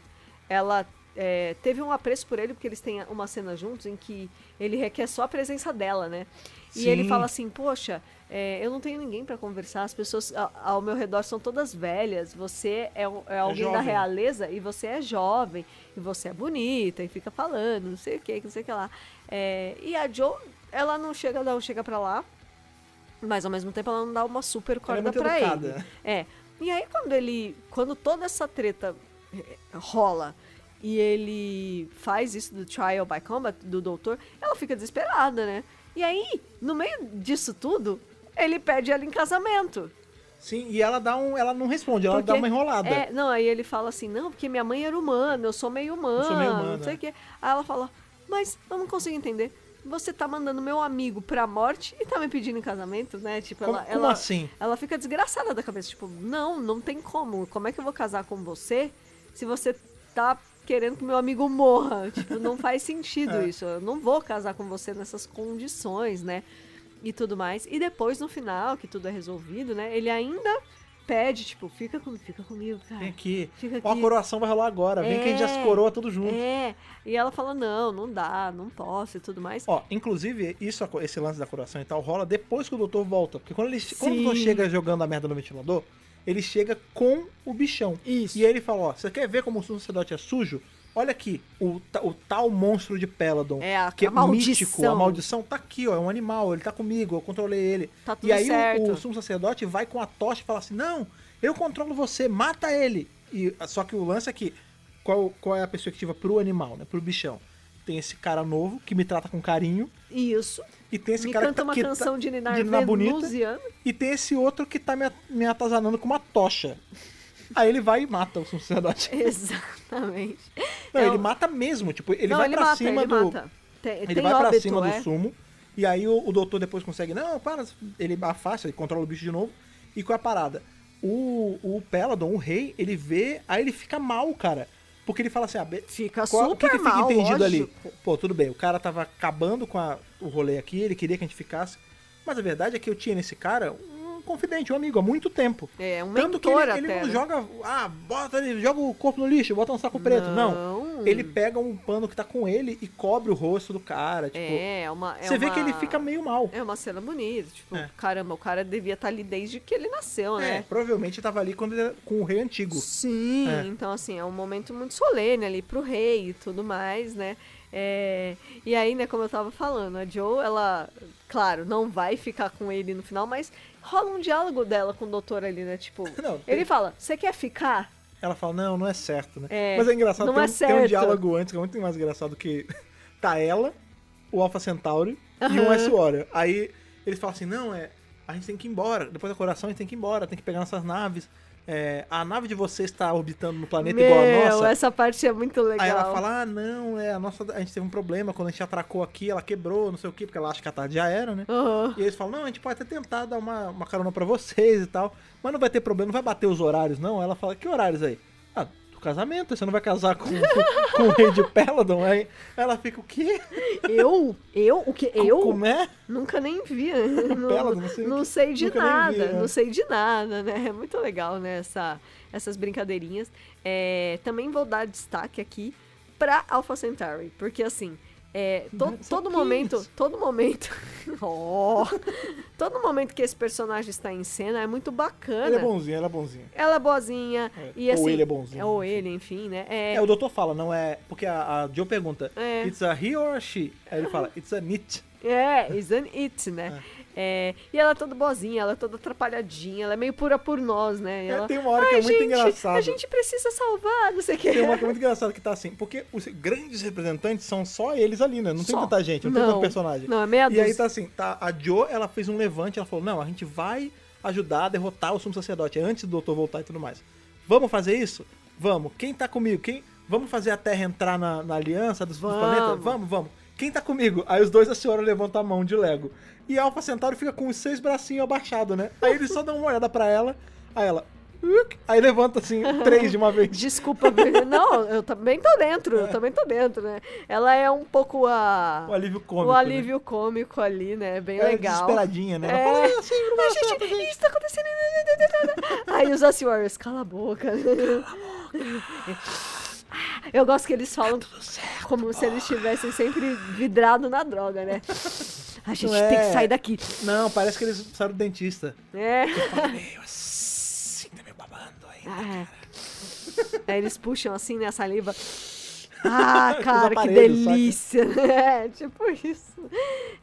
Ela é, teve um apreço por ele, porque eles têm uma cena juntos em que ele requer só a presença dela, né? E
Sim.
ele fala assim, poxa, é, eu não tenho ninguém pra conversar, as pessoas a- ao meu redor são todas velhas, você é, um- é alguém da
jovem.
real realeza e você é jovem, e você é bonita, e fica falando, não sei o que, não sei o que lá. É, e a Jo, ela não chega, não chega pra lá, mas ao mesmo tempo ela não dá uma super
Ela é
corda
muito
pra
educada.
ele. É. E aí quando ele. Quando toda essa treta eh, rola e ele faz isso do trial by combat, do doutor, ela fica desesperada, né? E aí, no meio disso tudo, ele pede ela em casamento.
Sim, e ela dá um. Ela não responde, ela dá
Porque-
uma enrolada.
É, não, aí ele fala assim, não, porque minha mãe era humana, eu sou meio humana,
sou meio humana,
não sei o
é.
quê. Aí ela fala, mas eu não consigo entender. Você tá mandando meu amigo pra morte e tá me pedindo em casamento, né? Tipo,
Como-
ela,
como
ela-
assim?
Ela fica desgraçada da cabeça, tipo, não, não tem como. Como é que eu vou casar com você se você tá querendo que meu amigo morra? Tipo, não faz sentido
É.
isso. Eu não vou casar com você nessas condições, né? E tudo mais. E depois, no final, que tudo é resolvido, né? Ele ainda pede, tipo, fica comigo, fica comigo, cara.
Vem aqui.
Ah, Fica
Ó, a
aqui.
coroação vai rolar agora. Vem que a gente já se
É.
coroa tudo junto.
É, e ela fala, não, não dá, não posso e tudo mais.
Ó, inclusive, isso, aco- esse lance da coroação e tal rola depois que o doutor volta. Porque quando, ele, quando o doutor
Sim.
chega jogando a merda no ventilador, ele chega com o bichão.
Isso.
E aí ele fala: Ó, você quer ver como o sacerdote é sujo? Olha aqui, o, ta- o tal monstro de Peladon.
É, a-
que
a maldição.
mítico, a maldição tá aqui, ó. É um animal, ele tá comigo, eu controlei ele.
Tá tudo
e aí o-
certo.
o sumo sacerdote vai com a tocha e fala assim: Não, eu controlo você, mata ele. E, só que o lance é que qual, qual é a perspectiva pro animal, né? Pro bichão. Tem esse cara novo que me trata com carinho.
Isso.
E tem esse
Me
cara
canta
que tá,
uma
que tá-
canção de Ninar
de Ninar
Venusiana.
E tem esse outro que tá me, a- me atazanando com uma tocha. Aí ele vai e mata o sumo sacerdote.
Exatamente.
Não,
É
ele
um-
mata mesmo, tipo, ele
não,
vai
ele
pra
mata,
cima
ele
do.
mata. Tem,
Ele
tem
vai
óbito,
pra cima
é.
do sumo. E aí o, o doutor depois consegue. Não, para. Ele afasta, ele controla o bicho de novo. E com a parada. O, o Peladon, o rei, ele vê, aí ele fica mal, cara. Porque ele fala assim, ah, be-
Fica
qual- o que,
super
que fica
mal,
entendido ali?
lógico.
Pô, tudo bem, o cara tava acabando com a- o rolê aqui, ele queria que a gente ficasse. Mas a verdade é que eu tinha nesse cara um confidente, um amigo, há muito tempo.
É, um
Tanto que
mentor
ele, ele
até,
não
né?
joga. Ah, bota ele, joga o corpo no lixo, bota um saco preto. Não.
Não.
Ele pega um pano que tá com ele e cobre o rosto do cara. Tipo,
É, é uma. é
você vê que ele
uma-
fica meio mal.
É uma cena bonita. Tipo,
É.
caramba, o cara devia estar ali desde que ele nasceu,
É,
né?
provavelmente tava ali quando ele era com o rei antigo.
Sim.
É.
Então, assim, é um momento muito solene ali pro rei e tudo mais, né? É, e aí, né, como eu tava falando, a Joe, ela, claro, não vai ficar com ele no final, mas rola um diálogo dela com o doutor ali, né? Tipo,
Não,
ele fala, você quer ficar?
Ela fala, não, não é certo, né?
É,
Mas é engraçado,
não
tem,
é
um, tem um
certo.
diálogo antes que é muito mais engraçado que tá ela, o Alpha Centauri e um S-Warrior. Aí eles falam assim, não, é, a gente tem que ir embora, depois da coração a gente tem que ir embora, tem que pegar nossas naves. É, a nave de vocês está orbitando no planeta igual
Meu,
a nossa.
essa parte é muito legal.
Aí ela fala, ah, não, é, a nossa, a gente teve um problema, quando a gente atracou aqui, ela quebrou, não sei o quê, porque ela acha que a tarde já era, né?
Aham.
E eles falam, não, a gente pode até tentar dar uma, uma carona pra vocês e tal, mas não vai ter problema, não vai bater os horários, não. Ela fala, que horários aí? Ah, do casamento, você não vai casar com, com, com o rei de Peladon? Aí ela fica, o quê?
Eu? Eu? O que? Eu?
Como é?
Nunca nem vi. né? não,
Pérola, não sei o
não
que-
sei de
nunca nem
nada,
vi, né?
não sei de nada, né? É muito legal, né? Essa, essas brincadeirinhas. É, também vou dar destaque aqui pra Alpha Centauri, porque assim. é, to- todo momento, todo momento, Ó! todo momento que esse personagem está em cena é muito bacana.
Ele é bonzinho, ela é bonzinha.
Ela é boazinha e
Ou
assim,
ele é bonzinho.
Ou ele, enfim, né? É,
É, o doutor fala, não é... Porque a, a Joe pergunta,
É.
it's a he or a she? Aí ele fala, it's a it.
É, isn't it, né? É, e ela é toda boazinha, ela é toda atrapalhadinha, ela é meio pura por nós, né? E
É,
ela,
tem uma hora que
"Ai,
é muito
gente,
engraçado."
A gente precisa salvar, não sei o que.
Tem uma que é muito engraçada que tá assim, porque os grandes representantes são só eles ali, né? Não tem
Só.
tanta gente, não, tem
Não.
tanto personagem.
Não, é meia
E aí
dúzia.
tá assim, tá, a Jo, ela fez um levante, ela falou, não, a gente vai ajudar a derrotar o sumo sacerdote, é antes do doutor voltar e tudo mais. Vamos fazer isso? Vamos. Quem tá comigo? Quem... Vamos fazer a Terra entrar na, na aliança dos, dos
Vamos.
planetas? Vamos, vamos. Quem tá comigo? Aí os dois, a senhora levanta a mão de Lego. E a Alpha Centauri fica com os seis bracinhos abaixados, né? Aí eles só dão uma olhada pra ela, aí ela... "Uic", Aí levanta assim, três de uma vez.
Desculpa, viu? não, eu também tô dentro, eu também tô dentro, né? Ela é um pouco a.
É. O alívio cômico.
o
né?
alívio cômico ali, né? Bem
Ela é
legal.
desesperadinha, né? Ela
É.
fala, ah, assim, não vai
Ai, gente,
certo, gente.
isso tá acontecendo. Aí os Aussie Warriors, cala a boca. Eu gosto que eles falam
Tá
como se eles estivessem sempre vidrado na droga, né? A gente
Não
tem
é.
que sair daqui.
Não, parece que eles saíram do dentista.
É.
Meio assim, tá meio babando aí.
É. Aí eles puxam assim, né, a saliva. Ah,
Com os
cara, que
aparelhos, saca?
delícia! É, tipo isso.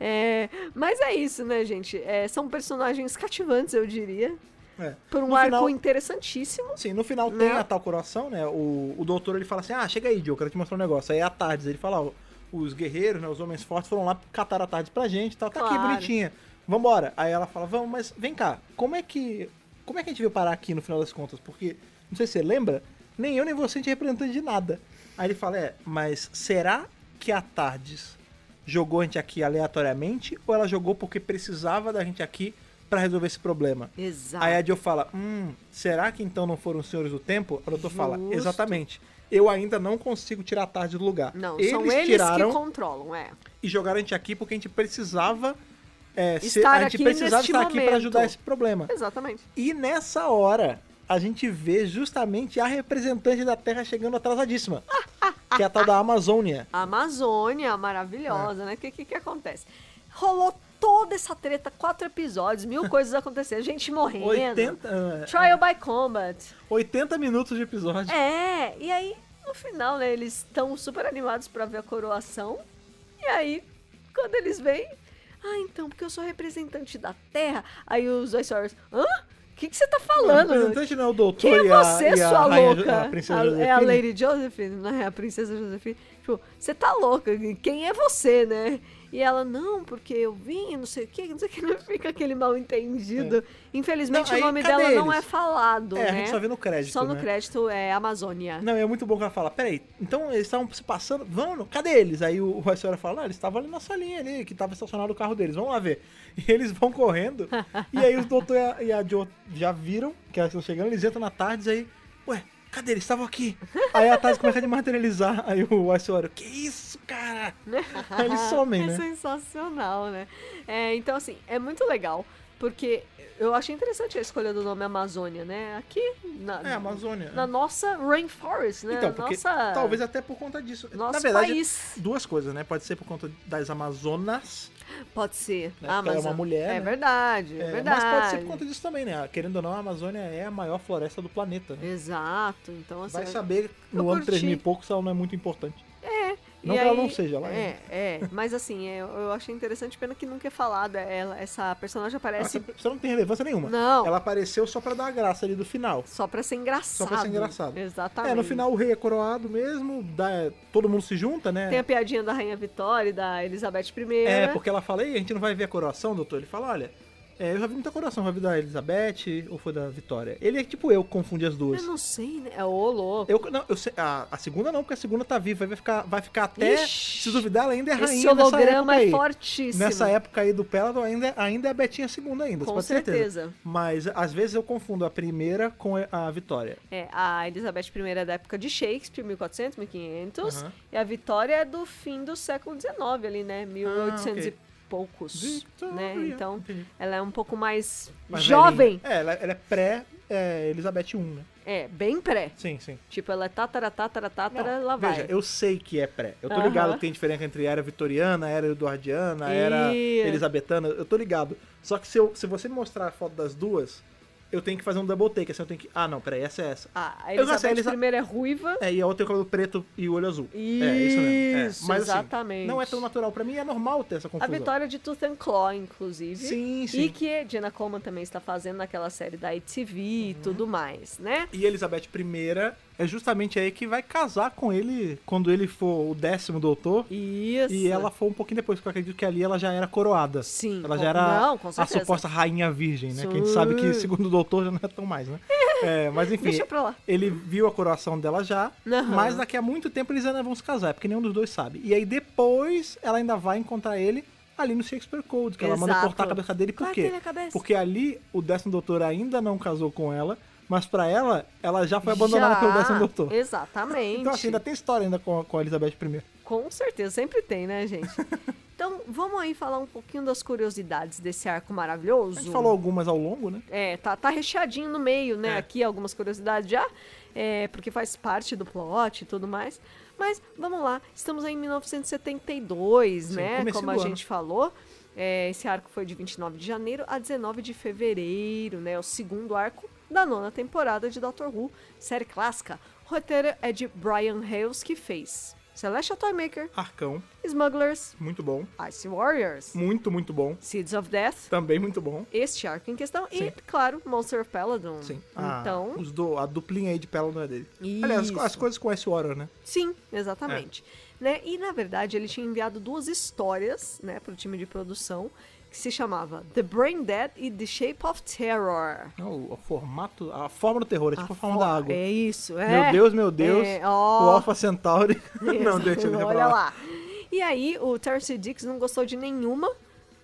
É, mas é isso, né, gente? É, são personagens cativantes, eu diria.
É.
Por um
No
arco
final-
interessantíssimo.
Assim, no final
Né?
tem a tal curação, né? O, o doutor ele fala assim: Ah, chega aí, Joe, eu quero te mostrar um negócio. Aí a tarde ele fala: ó, os guerreiros, né? Os homens fortes foram lá catar a tarde pra gente e tal. Tá aqui
Claro.
bonitinha. Vambora. Aí ela fala: Vamos, mas vem cá, como é que. Como é que a gente veio parar aqui no final das contas? Porque, não sei se você lembra, nem eu nem você a gente é representante de nada. Aí ele fala: É, mas será que a Tardes jogou a gente aqui aleatoriamente ou ela jogou porque precisava da gente aqui pra resolver esse problema?
Exato.
Aí a Jill fala, hum, será que então não foram os senhores do tempo? O doutor fala,
Justo.
exatamente. Eu ainda não consigo tirar a tarde do lugar.
Não,
eles
são eles
tiraram
que controlam, é.
e jogaram a gente aqui porque a gente precisava. É, ser-
Estar
a gente
aqui
precisava
neste
estar aqui pra
momento.
ajudar esse problema.
Exatamente.
E nessa hora, a gente vê justamente a representante da Terra chegando atrasadíssima. que é a tal da Amazônia.
A Amazônia maravilhosa,
É.
né? O que, que que acontece? Rolou toda essa treta, quatro episódios, mil coisas acontecendo, gente morrendo.
80, ah,
Trial by Combat.
80 minutos de episódio.
É, e aí, no final, né, eles estão super animados pra ver a coroação. E aí, quando eles vêm, ah, então, porque eu sou representante da Terra. Aí os dois senhores, hã? O que, que você tá
O
falando?
representante não é o doutor
Quem é
e a,
você,
e a
sua
rainha-
louca?
a princesa
A- é a
Josefine?
Lady Josephine, né? A princesa Josephine. Tipo, você tá louca, quem é você, né? E ela, não, porque eu vim, não sei o que, não sei o que, não fica aquele mal entendido. Infelizmente
É. Não, aí,
o nome
cadê
dela não
eles?
é falado,
É, a
né?
gente só vê no crédito,
Só no
né?
crédito é Amazônia.
Não, e é muito bom que ela fala, peraí, então eles estavam se passando, vamos, no- cadê eles? Aí o, o a senhora fala, ah, eles estavam ali na salinha ali, que tava estacionado o carro deles, vamos lá ver. E eles vão correndo, e aí os doutor e a, e a Jo já viram que elas estão chegando, eles entram na tarde, aí, ué, cadê eles? Estavam aqui. Aí a tarde começa a desmaterializar, aí o a senhora, que isso, cara? Aí eles somem,
É
né?
sensacional, né? É, então, assim, é muito legal, porque eu achei interessante a escolha do nome Amazônia, né? Aqui, na,
É, Amazônia.
na nossa rainforest, né?
Então, porque
nossa...
talvez até por conta disso. Na
Nosso
verdade,
país.
duas coisas, né? Pode ser por conta das Amazonas,
Pode ser.
Né?
Ah,
Porque ela é uma mulher,
É
né?
verdade, é,
É,
verdade.
Mas pode ser por conta disso também, né? Querendo ou não, a Amazônia é a maior floresta do planeta. Né?
Exato. Então, assim.
Vai saber
eu
no ano
curti.
3000 e pouco se ela não é muito importante. Não
E
que ela
aí-
não seja lá
É, é. Mas assim, é, eu- eu achei interessante, pena que nunca é falada ela. Essa personagem aparece
Essa, essa não tem relevância nenhuma.
É, Não.
Ela apareceu só pra dar a graça ali do final.
só pra ser engraçado.
Só pra ser engraçado.
Exatamente.
É, no final o rei é coroado mesmo, dá- todo mundo se junta, né?
Tem a né? piadinha da Rainha Vitória e da Elizabeth I.
É, porque ela fala, Ei, a gente não vai ver a coroação, doutor? Ele fala, olha, é, eu já vi muita coroação, vai vir da Elizabeth ou foi da Vitória? Ele é tipo eu, que confunde as duas.
Eu não sei, né? É ô louco.
Eu, não, eu sei- a, a segunda não, porque a segunda tá viva, vai ficar, vai ficar até,
Ixi,
se duvidar, ela ainda é rainha
Esse
nessa época
holograma
aí.
é fortíssimo.
Nessa época aí do Peladon, ainda, ainda é a Betinha segunda ainda, você
Com
pode ter
certeza.
Mas às vezes eu confundo a primeira com a Vitória.
É, a Elizabeth I é da época de Shakespeare, 1400, 1500.
Aham. Ah,
E a Vitória é do fim do século XIX ali, né? 1800
ok.
e poucos.
Vitória,
Né? Então,
entendi.
ela é um pouco mais,
Mas
jovem.
velhinha. É, ela, ela é pré-Elizabeth I, né?
É, bem pré.
Sim, sim.
Tipo, ela é tátara, tátara, tátara,
Não,
lá vai.
Então, Veja, eu sei que é pré. Eu tô
Aham.
ligado que tem diferença entre era vitoriana, era eduardiana, era
Isso.
elizabetana. Eu tô ligado. Só que se, eu- se você me mostrar a foto das duas, eu tenho que fazer um double take. Assim, eu tenho que. Ah, não, peraí, essa é essa.
Ah, a
Eu já sei,
Elizabeth
Elisa-
I é ruiva.
É, e a outra tem o cabelo preto e o olho azul. é, isso mesmo. É.
Isso,
Mas, assim,
exatamente.
não é tão natural. Pra mim é normal ter essa
A
confusão.
vitória é de Tutanclaw, inclusive.
Sim,
E
sim.
que Jenna Coleman também está fazendo naquela série da ITV
Uhum.
e tudo mais, né?
E Elizabeth I é justamente aí que vai casar com ele quando ele for o décimo doutor.
Isso.
E ela foi um pouquinho depois, porque eu acredito que ali ela já era coroada.
Sim,
Ela
com-
já era
não, com
a
certeza.
suposta rainha virgem, né? Que a gente
Sim.
sabe que, segundo o doutor, já não é tão mais, né? É, mas enfim.
Deixa pra lá.
Ele viu a coroação dela já,
Aham.
mas daqui a muito tempo eles ainda vão se casar, é porque nenhum dos dois sabe. E aí depois ela ainda vai encontrar ele ali no Shakespeare Code, que ela manda
Exato.
cortar a cabeça dele. Por
Corta
quê?
ele a cabeça.
Porque ali o décimo doutor ainda não casou com ela, mas pra ela, ela já foi abandonada pelo décimo doutor.
Exatamente.
Então assim, ainda tem história ainda com, com a Elizabeth I.
Com certeza, sempre tem, né, gente? então, vamos aí falar um pouquinho das curiosidades desse arco maravilhoso.
A gente falou algumas ao longo, né?
É, tá, tá recheadinho no meio, né?
É.
Aqui algumas curiosidades já, é, porque faz parte do plot e tudo mais. Mas vamos lá, estamos aí em 1972,
Sim,
né?
comecinho
Como a
do ano.
gente falou. É, esse arco foi de 29 de janeiro a 19 de fevereiro, né? O segundo arco da nona temporada de Doctor Who, série clássica. O roteiro é de Brian Hales, que fez Celestial Toymaker,
Arcão,
Smugglers,
muito bom.
Ice Warriors,
Muito, muito bom.
Seeds of Death,
Também muito bom.
este arco em questão e,
Sim.
claro, Monster of Peladon.
Sim. Ah,
Então,
os do, a duplinha aí de Peladon é dele. Aliás, as,
Isso.
as coisas com S. Warrior, né?
sim, exatamente.
É.
Né? E, na verdade, ele tinha enviado duas histórias né, para o time de produção que se chamava The Brain Dead e The Shape of Terror.
O, o formato, a forma do terror, é tipo a, forma da
fo-
água.
É isso, é.
Meu Deus, meu Deus.
É,
O
ó.
Alpha Centauri. não, deixa eu
Olha lá. E aí, o Terence Dix não gostou de nenhuma,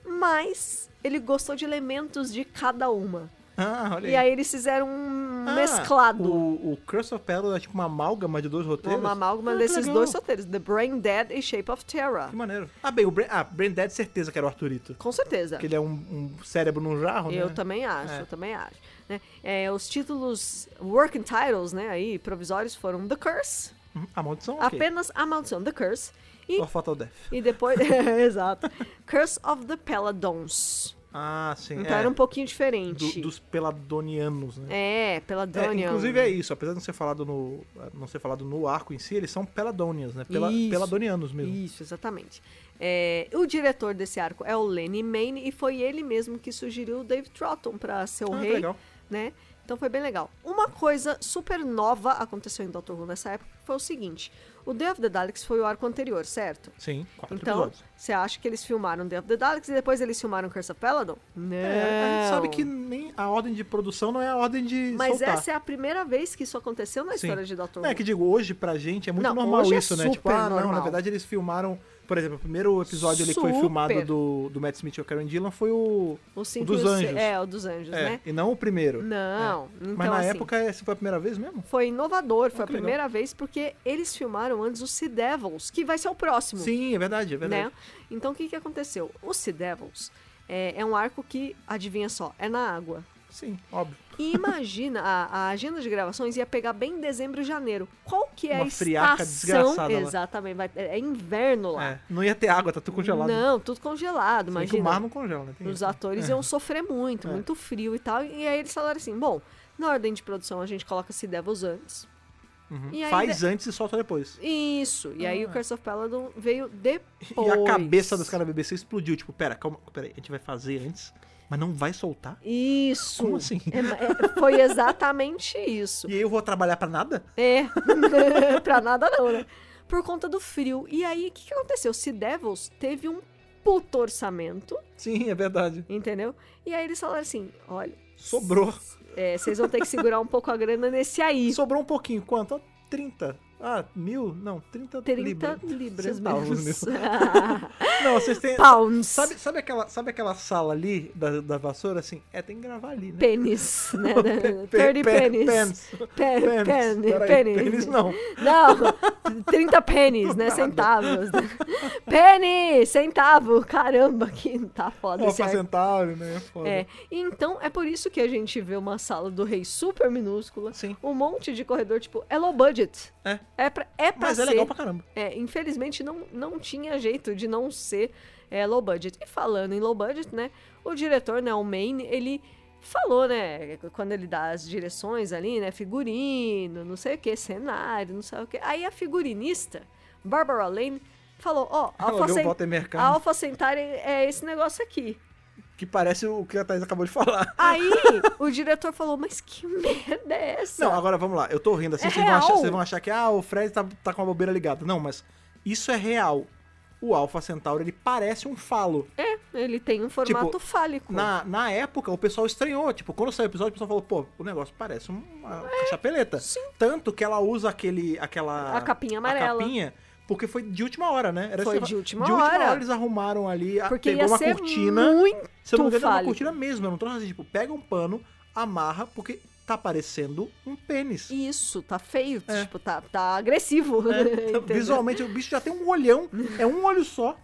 mas ele gostou de elementos de cada uma.
Ah, olha
E aí eles fizeram um
Ah,
mesclado.
O, o Curse of Peladon é tipo uma amálgama de dois roteiros.
Uma amálgama
Ah, que
desses
legal.
dois roteiros, The Brain Dead e Shape of Terror.
Que maneiro. Ah, bem, o Brand, ah, Brand Dead, certeza que era o Arthurito.
Com certeza.
Que ele é um, um cérebro num jarro,
Eu
né?
também acho,
É.
eu também acho. né? É, os títulos working titles, né, aí, provisórios foram The Curse,
Hum, A maldição, ok.
apenas a maldição The Curse, e,
Or Fatal Death.
e depois, exato, Curse of the Peladons.
Ah, sim.
Então
é.
era um pouquinho
Do-
diferente.
dos peladonianos, né?
É,
É,
Peladonian.
inclusive é isso, apesar de não ser falado no não ser falado no arco em si, eles são peladonians, né? Pela,
Isso.
peladonianos mesmo.
Isso, exatamente. É, o diretor desse arco é o Lenny Maine e foi ele mesmo que sugeriu o Dave Troughton pra ser o
Ah, que
rei,
legal.
né? Então foi bem legal. Uma coisa super nova aconteceu em Doctor Who nessa época que foi o seguinte: o Day of the Daleks foi o arco anterior, certo?
Sim, quatro
Então,
episódios.
você acha que eles filmaram Day of the Daleks e depois eles filmaram Curse of Peladon? Não.
É, a gente sabe que nem a ordem de produção não é a ordem de
Mas
soltar.
essa é a primeira vez que isso aconteceu na
Sim.
história de Doctor Who.
Não, é que digo, hoje pra gente é muito
Não,
normal
hoje é
isso, né? Tipo,
super
ah, não, na
normal.
verdade eles filmaram, por exemplo, o primeiro episódio ali que foi
Super.
filmado do, do Matt Smith e o Karen Dillon foi o,
O
o
cinco e
dos
o se-
anjos.
É, o dos anjos,
É,
né?
e não o primeiro.
Não. Então,
Mas na
assim,
época essa foi a primeira vez mesmo?
Foi inovador, foi a
que legal.
primeira vez, porque eles filmaram antes o Sea Devils, que vai ser o próximo.
Sim, é verdade, é verdade.
Né? Então o que, que aconteceu? O Sea Devils é, é um arco que, adivinha só, é na água.
Sim, óbvio.
E imagina, a, a agenda de gravações ia pegar bem em dezembro e janeiro. Qual que é a
Uma friaca
estação?
desgraçada lá.
Exatamente, vai- é é inverno lá.
É, não ia ter água, tá tudo congelado.
Não, tudo congelado,
Mas que o
imagina.
mar não congela, né? Tem
Os
isso.
atores iam sofrer muito,
É.
muito frio e tal. E aí eles falaram assim: bom, na ordem de produção a gente coloca Sea Devils antes. E
Uhum.
aí
Faz antes e solta depois.
Isso. E aí o Curse of Peladon veio depois.
Ah. E a cabeça dos caras da BBC explodiu. Tipo, pera, calma, pera aí, a gente vai fazer antes, mas não vai soltar?
Isso.
Como assim?
É, ma- é, foi exatamente isso.
E aí eu vou trabalhar pra nada?
É, pra nada não, né? Por conta do frio. E aí, o que, que aconteceu? Se Devils teve um puto orçamento,
Sim, é verdade.
entendeu? E aí eles falaram assim, olha,
Sobrou.
é, vocês vão ter que segurar um pouco a grana nesse aí.
Sobrou um pouquinho. Quanto? Ó, 30. Ah, mil? Não, 30,
30
libras.
libras
Centavos,
menos.
Não, vocês têm...
Pounds.
Sabe, sabe, aquela, sabe aquela sala ali da, da vassoura, assim? É, tem que gravar ali, né?
Pênis, né? 30
pe-
pênis.
pens.
Pe-
Pênis.
pênis,
Peraí, pênis não.
Não, 30 pênis, né?
nada.
Centavos. né? Pênis, centavo. Caramba, que tá foda
Ó,
esse
pra
ar.
centavo, né? É Foda.
É, então é por isso que a gente vê uma sala do rei super minúscula,
Sim.
um monte de corredor, tipo, é low budget.
É.
É pra, é pra
Mas
ser.
é legal pra caramba.
É, infelizmente não, não tinha jeito de não ser é, low budget. E falando em low budget, né, o diretor, né, o Maine, ele falou, né, quando ele dá as direções ali, né, figurino, não sei o que, cenário, não sei o que. Aí a figurinista, Barbara Lane, falou, ó,
Ela
Alpha
olhou
Cent-
o Walter Mercado.
a Alpha Centauri é esse negócio aqui.
Que parece o que a Thaís acabou de falar.
Aí o diretor falou, mas que merda é essa?
Não, agora vamos lá. Eu tô rindo assim,
É
vocês, vão achar,
real.
vocês vão achar que ah, o Fred tá, tá com a bobeira ligada. Não, mas isso é real. O Alpha Centauri, ele parece um falo.
É, ele tem um formato
Tipo,
fálico.
Na, na época, o pessoal estranhou. Tipo, quando saiu o episódio, o pessoal falou, pô, o negócio parece uma chapeleta. Tanto que ela usa aquele, aquela...
É, A capinha
A
amarela.
capinha, porque foi de última hora, né? Era
Foi
essa-
de última
De última
hora.
hora eles arrumaram ali, a-
Porque
pegou
ia
uma
ser
cortina...
muito
Se eu não me engano, é uma
fálico.
cortina mesmo. Eu não tô assim, tipo, pega um pano, amarra, porque tá parecendo um pênis.
Isso, tá feio, tipo, tá, tá agressivo.
Então,
entendeu?
É. Visualmente, o bicho já tem um olhão, é um olho só.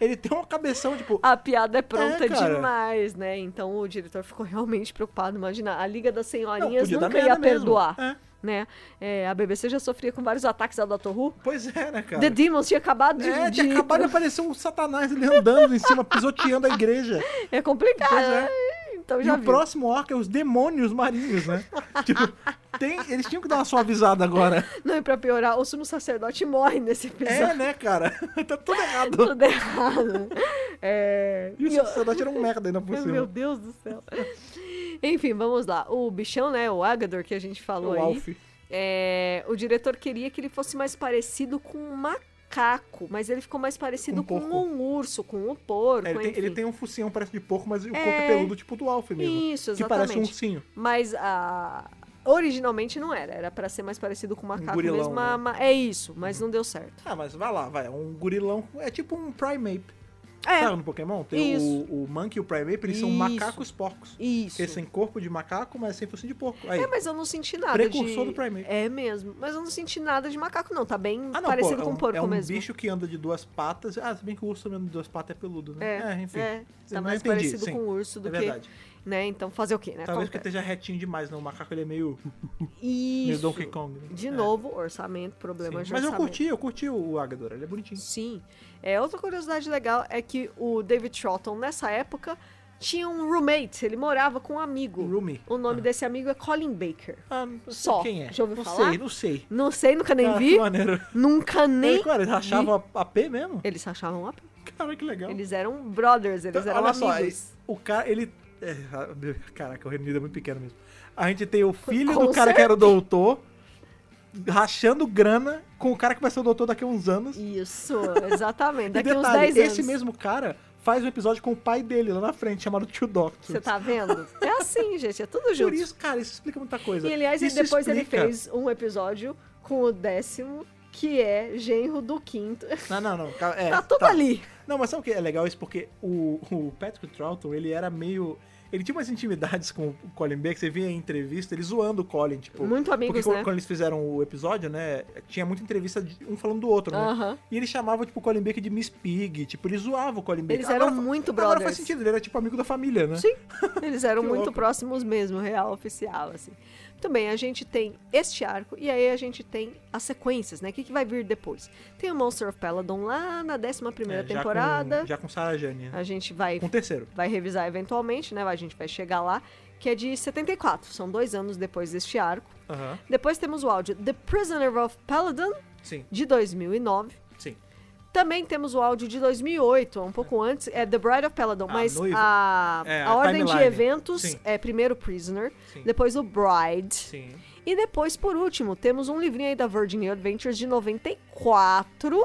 Ele tem uma cabeção, tipo,
A piada é pronta
É, cara.
demais, né? Então o diretor ficou realmente preocupado. Imagina, a Liga das
não,
Senhorinhas
podia dar
nunca ia
merda mesmo.
perdoar,
É,
né? É, a BBC já sofria com vários ataques ao Dr. Who.
pois é, né, cara?
The Demons tinha acabado de...
É, tinha
de-
acabado de aparecer um satanás ele andando em cima, pisoteando a igreja.
É complicado.
Pois é.
Então
E
já
o
viu.
próximo orc é os demônios marinhos, né? tipo, tem, eles tinham que dar uma suavizada agora.
Não, e pra piorar, o sumo sacerdote morre nesse episódio.
É, né, cara? tá tudo errado.
Tudo errado. É...
E o
e eu-
sacerdote era um merda ainda por
Ai, Meu
cima.
Deus do céu. Enfim, vamos lá. O bichão, né? O Agador que a gente falou
O
aí.
Alf.
é, o diretor queria que ele fosse mais parecido com um macaco, mas ele ficou mais parecido
Um
com
porco.
um urso, com um porco.
É, ele, tem,
enfim.
ele tem um focinho, parece de porco, mas o corpo
É.
é peludo, tipo do Alf mesmo.
Isso,
Que parece um
exatamente.
ursinho.
Mas a- Originalmente não era, era pra ser mais parecido com um macaco
gorilão,
mesmo.
né?
a- ma- É isso, mas não deu certo.
Ah, mas vai lá, vai. é Um gorilão. É tipo um Primeape.
É.
Sabe no Pokémon? Tem
Isso.
o, o Monkey e o Primeape, eles são
Isso.
macacos porcos.
Isso.
Eles têm corpo de macaco, mas sem focinho de porco. Aí.
É, mas eu não senti nada.
Precursor
de...
do Primeape.
É mesmo. Mas eu não senti nada de macaco, não. Tá bem
Ah, não,
parecido
pô, é
com
um,
um porco
é um
mesmo.
bicho que anda de duas patas. Ah, se bem que o urso andando de duas patas é peludo, né? enfim. Eu
é, tá
não
mais
entendi,
parecido
sim.
com o urso do
É
que.
verdade.
Né? Então fazer o quê, né?
Talvez porque
Acontece.
esteja retinho demais, né? O macaco ele é meio, meio
é? Isso.
Donkey Kong. né?
De
É,
novo, orçamento, problema
sim.
de
Mas eu
orçamento.
curti, eu curti o Agador, ele é bonitinho.
Sim. É, outra curiosidade legal é que o David Troughton, nessa época, tinha um roommate. Ele morava com um amigo.
Roomie.
O nome desse amigo é Colin Baker.
Ah, não sei
Só.
Quem é?
Já ouviu
não
falar?
sei, não sei.
Não sei, nunca nem
Ah,
vi.
que maneiro.
Nunca nem.
Eles, cara, eles achavam a, a P mesmo?
Eles achavam uma...
Cara, que legal.
Eles eram brothers, eles
Então,
eram
olha só,
amigos.
aí, o cara, ele. é, ah, meu, caraca, o Reino Unido é muito pequeno mesmo. A gente tem o filho
Com
do cara que era o doutor, rachando grana com o cara que vai ser o doutor daqui a uns anos. E
Isso, exatamente. Daqui uns
detalhe,
10 anos.
esse mesmo cara faz um episódio com o pai dele lá na frente, chamado Tio Doctor.
Você tá vendo? É assim, gente, é tudo
Por
junto.
isso, cara, isso explica muita coisa.
E aliás,
Isso
ele- depois ele
explica-
fez um episódio com o décimo, que é genro do quinto.
Não, não, não. ca- é,
tá tudo ali.
Não, mas sabe o que é legal isso? Porque o, o Patrick Troughton, ele era meio. Ele tinha umas intimidades com o Colin Baker, você via em entrevista, ele zoando o Colin, tipo.
Muito amigos,
Porque quando-
né?
quando eles fizeram o episódio, né? Tinha muita entrevista de um falando do outro, né?
Aham.
E ele chamava, tipo, o Colin Baker de Miss Pig, tipo, ele zoava o Colin Baker.
Eles eram
fa-
muito
Agora
brothers.
faz sentido, ele era tipo amigo da família, né?
Sim, eles eram
Que
muito
louco.
próximos mesmo, real, oficial, assim. Muito bem, a gente tem este arco e aí a gente tem as sequências, né? O que, que vai vir depois? Tem o Monster of Peladon lá na 11 primeira
É, já
temporada.
Com, já com Sarah Jane, né?
A gente vai
Com o terceiro.
vai revisar eventualmente, né? A gente vai chegar lá. que é de 74, são dois anos depois deste arco.
Aham.
Depois temos o áudio The Prisoner of Paladin,
Sim,
de 2009.
sim.
Também temos o áudio de 2008, um pouco antes, é The Bride of Peladon, mas
noiva.
a,
Ah, É,
a
a
ordem de
timeline.
eventos
Sim.
é primeiro Prisoner,
Sim.
depois o Bride,
Sim.
e depois, por último, temos um livrinho aí da Virgin Adventures de 94,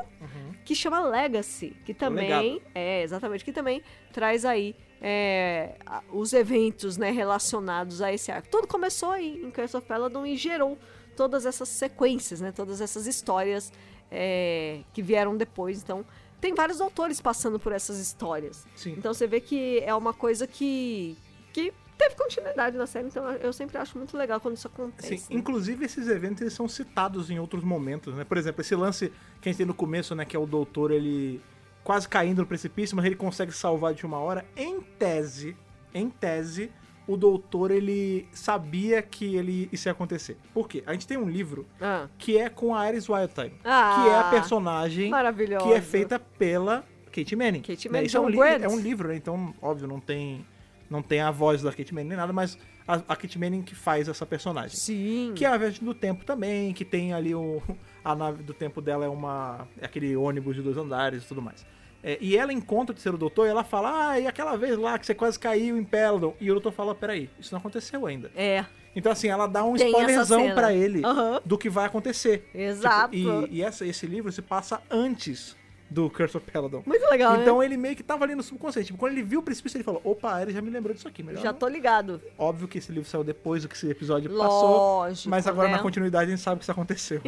que chama Legacy, que também, é, exatamente, que também traz aí é, a- os eventos né, relacionados a esse arco. Tudo começou aí em Curse of Peladon e gerou todas essas sequências, né, todas essas histórias é, que vieram depois, então... Tem vários autores passando por essas histórias.
Sim.
Então você vê que é uma coisa que, que teve continuidade na série, então eu sempre acho muito legal quando É isso acontece.
Sim, inclusive esses eventos eles são citados em outros momentos, né? Por exemplo, esse lance que a gente tem no começo, né, que é o doutor ele quase caindo no precipício, mas ele consegue salvar de uma hora. Em tese, em tese, o doutor ele sabia que ele isso ia acontecer. Por quê? A gente tem um livro
Ah.
que é com a Iris Wildtime,
Ah,
que é a personagem
maravilhosa.
que é feita pela Kate Manning.
Kate
né?
Manning,
Isso é um,
John
li-
Grant.
é um livro, né? Então, óbvio, não tem não tem a voz da Kate Manning nem nada, mas a, a Kate Manning que faz essa personagem.
Sim.
Que é a viagem do tempo também, que tem ali o. A nave do tempo dela é uma. é aquele ônibus de dois andares e tudo mais. É, e ela encontra o terceiro doutor e ela fala: Ah, e aquela vez lá que você quase caiu em Peladon. E o doutor fala: Peraí, isso não aconteceu ainda.
É.
Então, assim, ela dá um
Tem essa
spoilerzão
cena.
pra ele
Aham.
do que vai acontecer.
Exato.
Tipo, e e essa- esse livro se passa antes do Curse of Peladon.
Muito legal,
Então
né?
ele meio que tava ali no subconsciente. Tipo, quando ele viu o precipício, ele falou: opa, ele já me lembrou disso aqui. Melhor
Já
não."
tô ligado.
Óbvio que esse livro saiu depois do que esse episódio passou.
Lógico,
Mas agora
né?
na continuidade a gente sabe que isso aconteceu.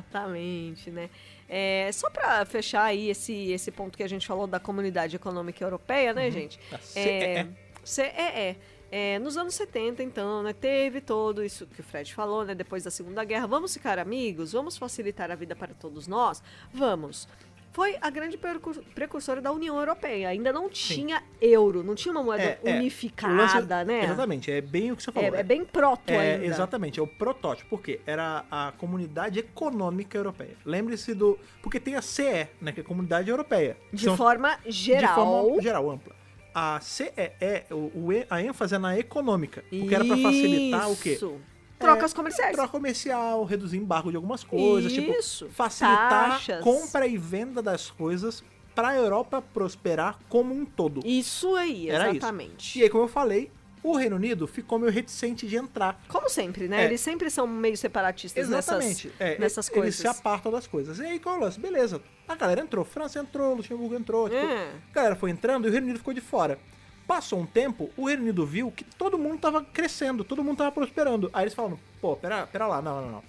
Exatamente, né? É, só pra fechar aí esse, esse ponto que a gente falou da Comunidade Econômica Europeia, né, gente?
A CEE.
CEE. É, nos anos 70, então, né, teve todo isso que o Fred falou, né, depois da Segunda Guerra. Vamos ficar amigos? Vamos facilitar a vida para todos nós? Vamos. Foi a grande percu- precursora da União Europeia. Ainda não tinha euro, não tinha uma moeda
É, é.
unificada,
O lance é-
né?
Exatamente, é bem o que você
É,
falou.
é bem proto
É,
ainda.
exatamente, é o protótipo, porque era a comunidade econômica europeia. Lembre-se do. Porque tem a CE, né? Que é a comunidade europeia.
De
São-
forma geral.
De forma geral, ampla. A CEE, o, o e- a ênfase é na econômica. Porque era pra facilitar o quê?
Isso. Trocas
É,
comerciais.
Troca comercial, reduzir embargo de algumas coisas,
Isso.
tipo, facilitar
Taxas.
compra e venda das coisas pra Europa prosperar como um todo.
Isso aí,
Era isso.
exatamente.
E aí, como eu falei, o Reino Unido ficou meio reticente de entrar.
Como sempre, né?
É.
Eles sempre são meio separatistas
Exatamente.
nessas,
é,
nessas
eles
coisas.
se apartam das coisas. E aí, qual é o lance? Beleza. A galera entrou. França entrou, Luxemburgo entrou. tipo,
É.
A galera foi entrando e o Reino Unido ficou de fora. Passou um tempo, o Reino Unido viu que todo mundo tava crescendo, todo mundo tava prosperando. Aí eles falaram, pô, pera, pera lá, não, não, não.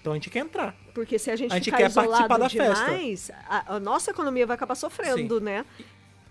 Então a gente quer entrar.
Porque se a gente,
A gente
ficar
quer
isolado
participar da festa.
demais, a, a nossa economia vai acabar sofrendo, né?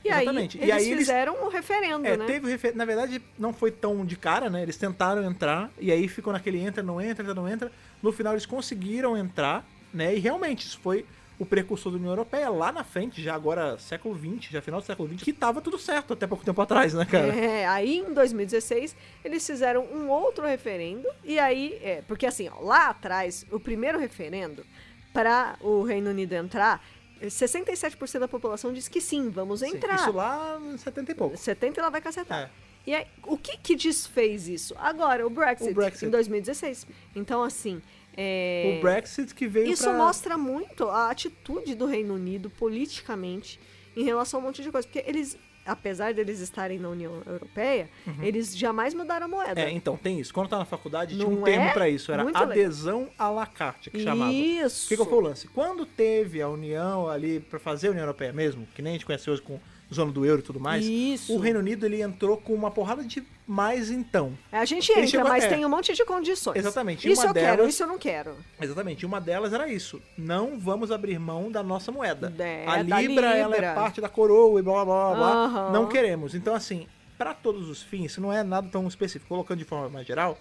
E
Exatamente.
aí,
E
eles
aí eles-
fizeram um referendo,
É,
né?
teve o refer... Na verdade, não foi tão de cara, né? Eles tentaram entrar, e aí ficou naquele entra, não entra, entra, não entra. No final, eles conseguiram entrar, né? E realmente, isso foi o precursor da União Europeia lá na frente, já agora século XX, já final do século XX, que tava tudo certo até pouco tempo atrás, né, cara?
É, aí em 2016 eles fizeram um outro referendo e aí, é, porque assim, ó, lá atrás, o primeiro referendo para o Reino Unido entrar, eh, 67% da população disse que sim, vamos
Sim,
entrar.
Isso lá em 70 e pouco.
70 ela vai cacetar.
É.
E aí, o que que desfez isso? Agora, o Brexit,
O Brexit.
em 2016. Então, assim, é,
O Brexit que veio
isso
pra...
mostra muito a atitude do Reino Unido politicamente em relação a um monte de coisa. Porque eles, apesar deles estarem na União Europeia, eles jamais mudaram a moeda.
Uhum. É, então, tem isso. Quando eu tava na faculdade, tinha
Não
um termo
é?
pra isso. Era
Muito legal.
adesão à la carte, que chamava.
Isso.
O que, que foi o lance? Quando teve a União ali pra fazer a União Europeia mesmo, que nem a gente conhece hoje com zona do euro e tudo mais,
Isso.
o Reino Unido ele entrou com uma porrada de mais então.
A gente
Ele
entra,
chegou-
mas
é.
tem um monte de condições.
Exatamente, e
Isso
uma
eu quero,
delas-
isso eu não quero.
Exatamente, e uma delas era isso. Não vamos abrir mão da nossa moeda.
É,
a
da
Libra, ela é
Libra.
parte da coroa e blá blá blá blá.
Aham.
Não queremos. Então, assim, pra todos os fins, isso não é nada tão específico. Colocando de forma mais geral,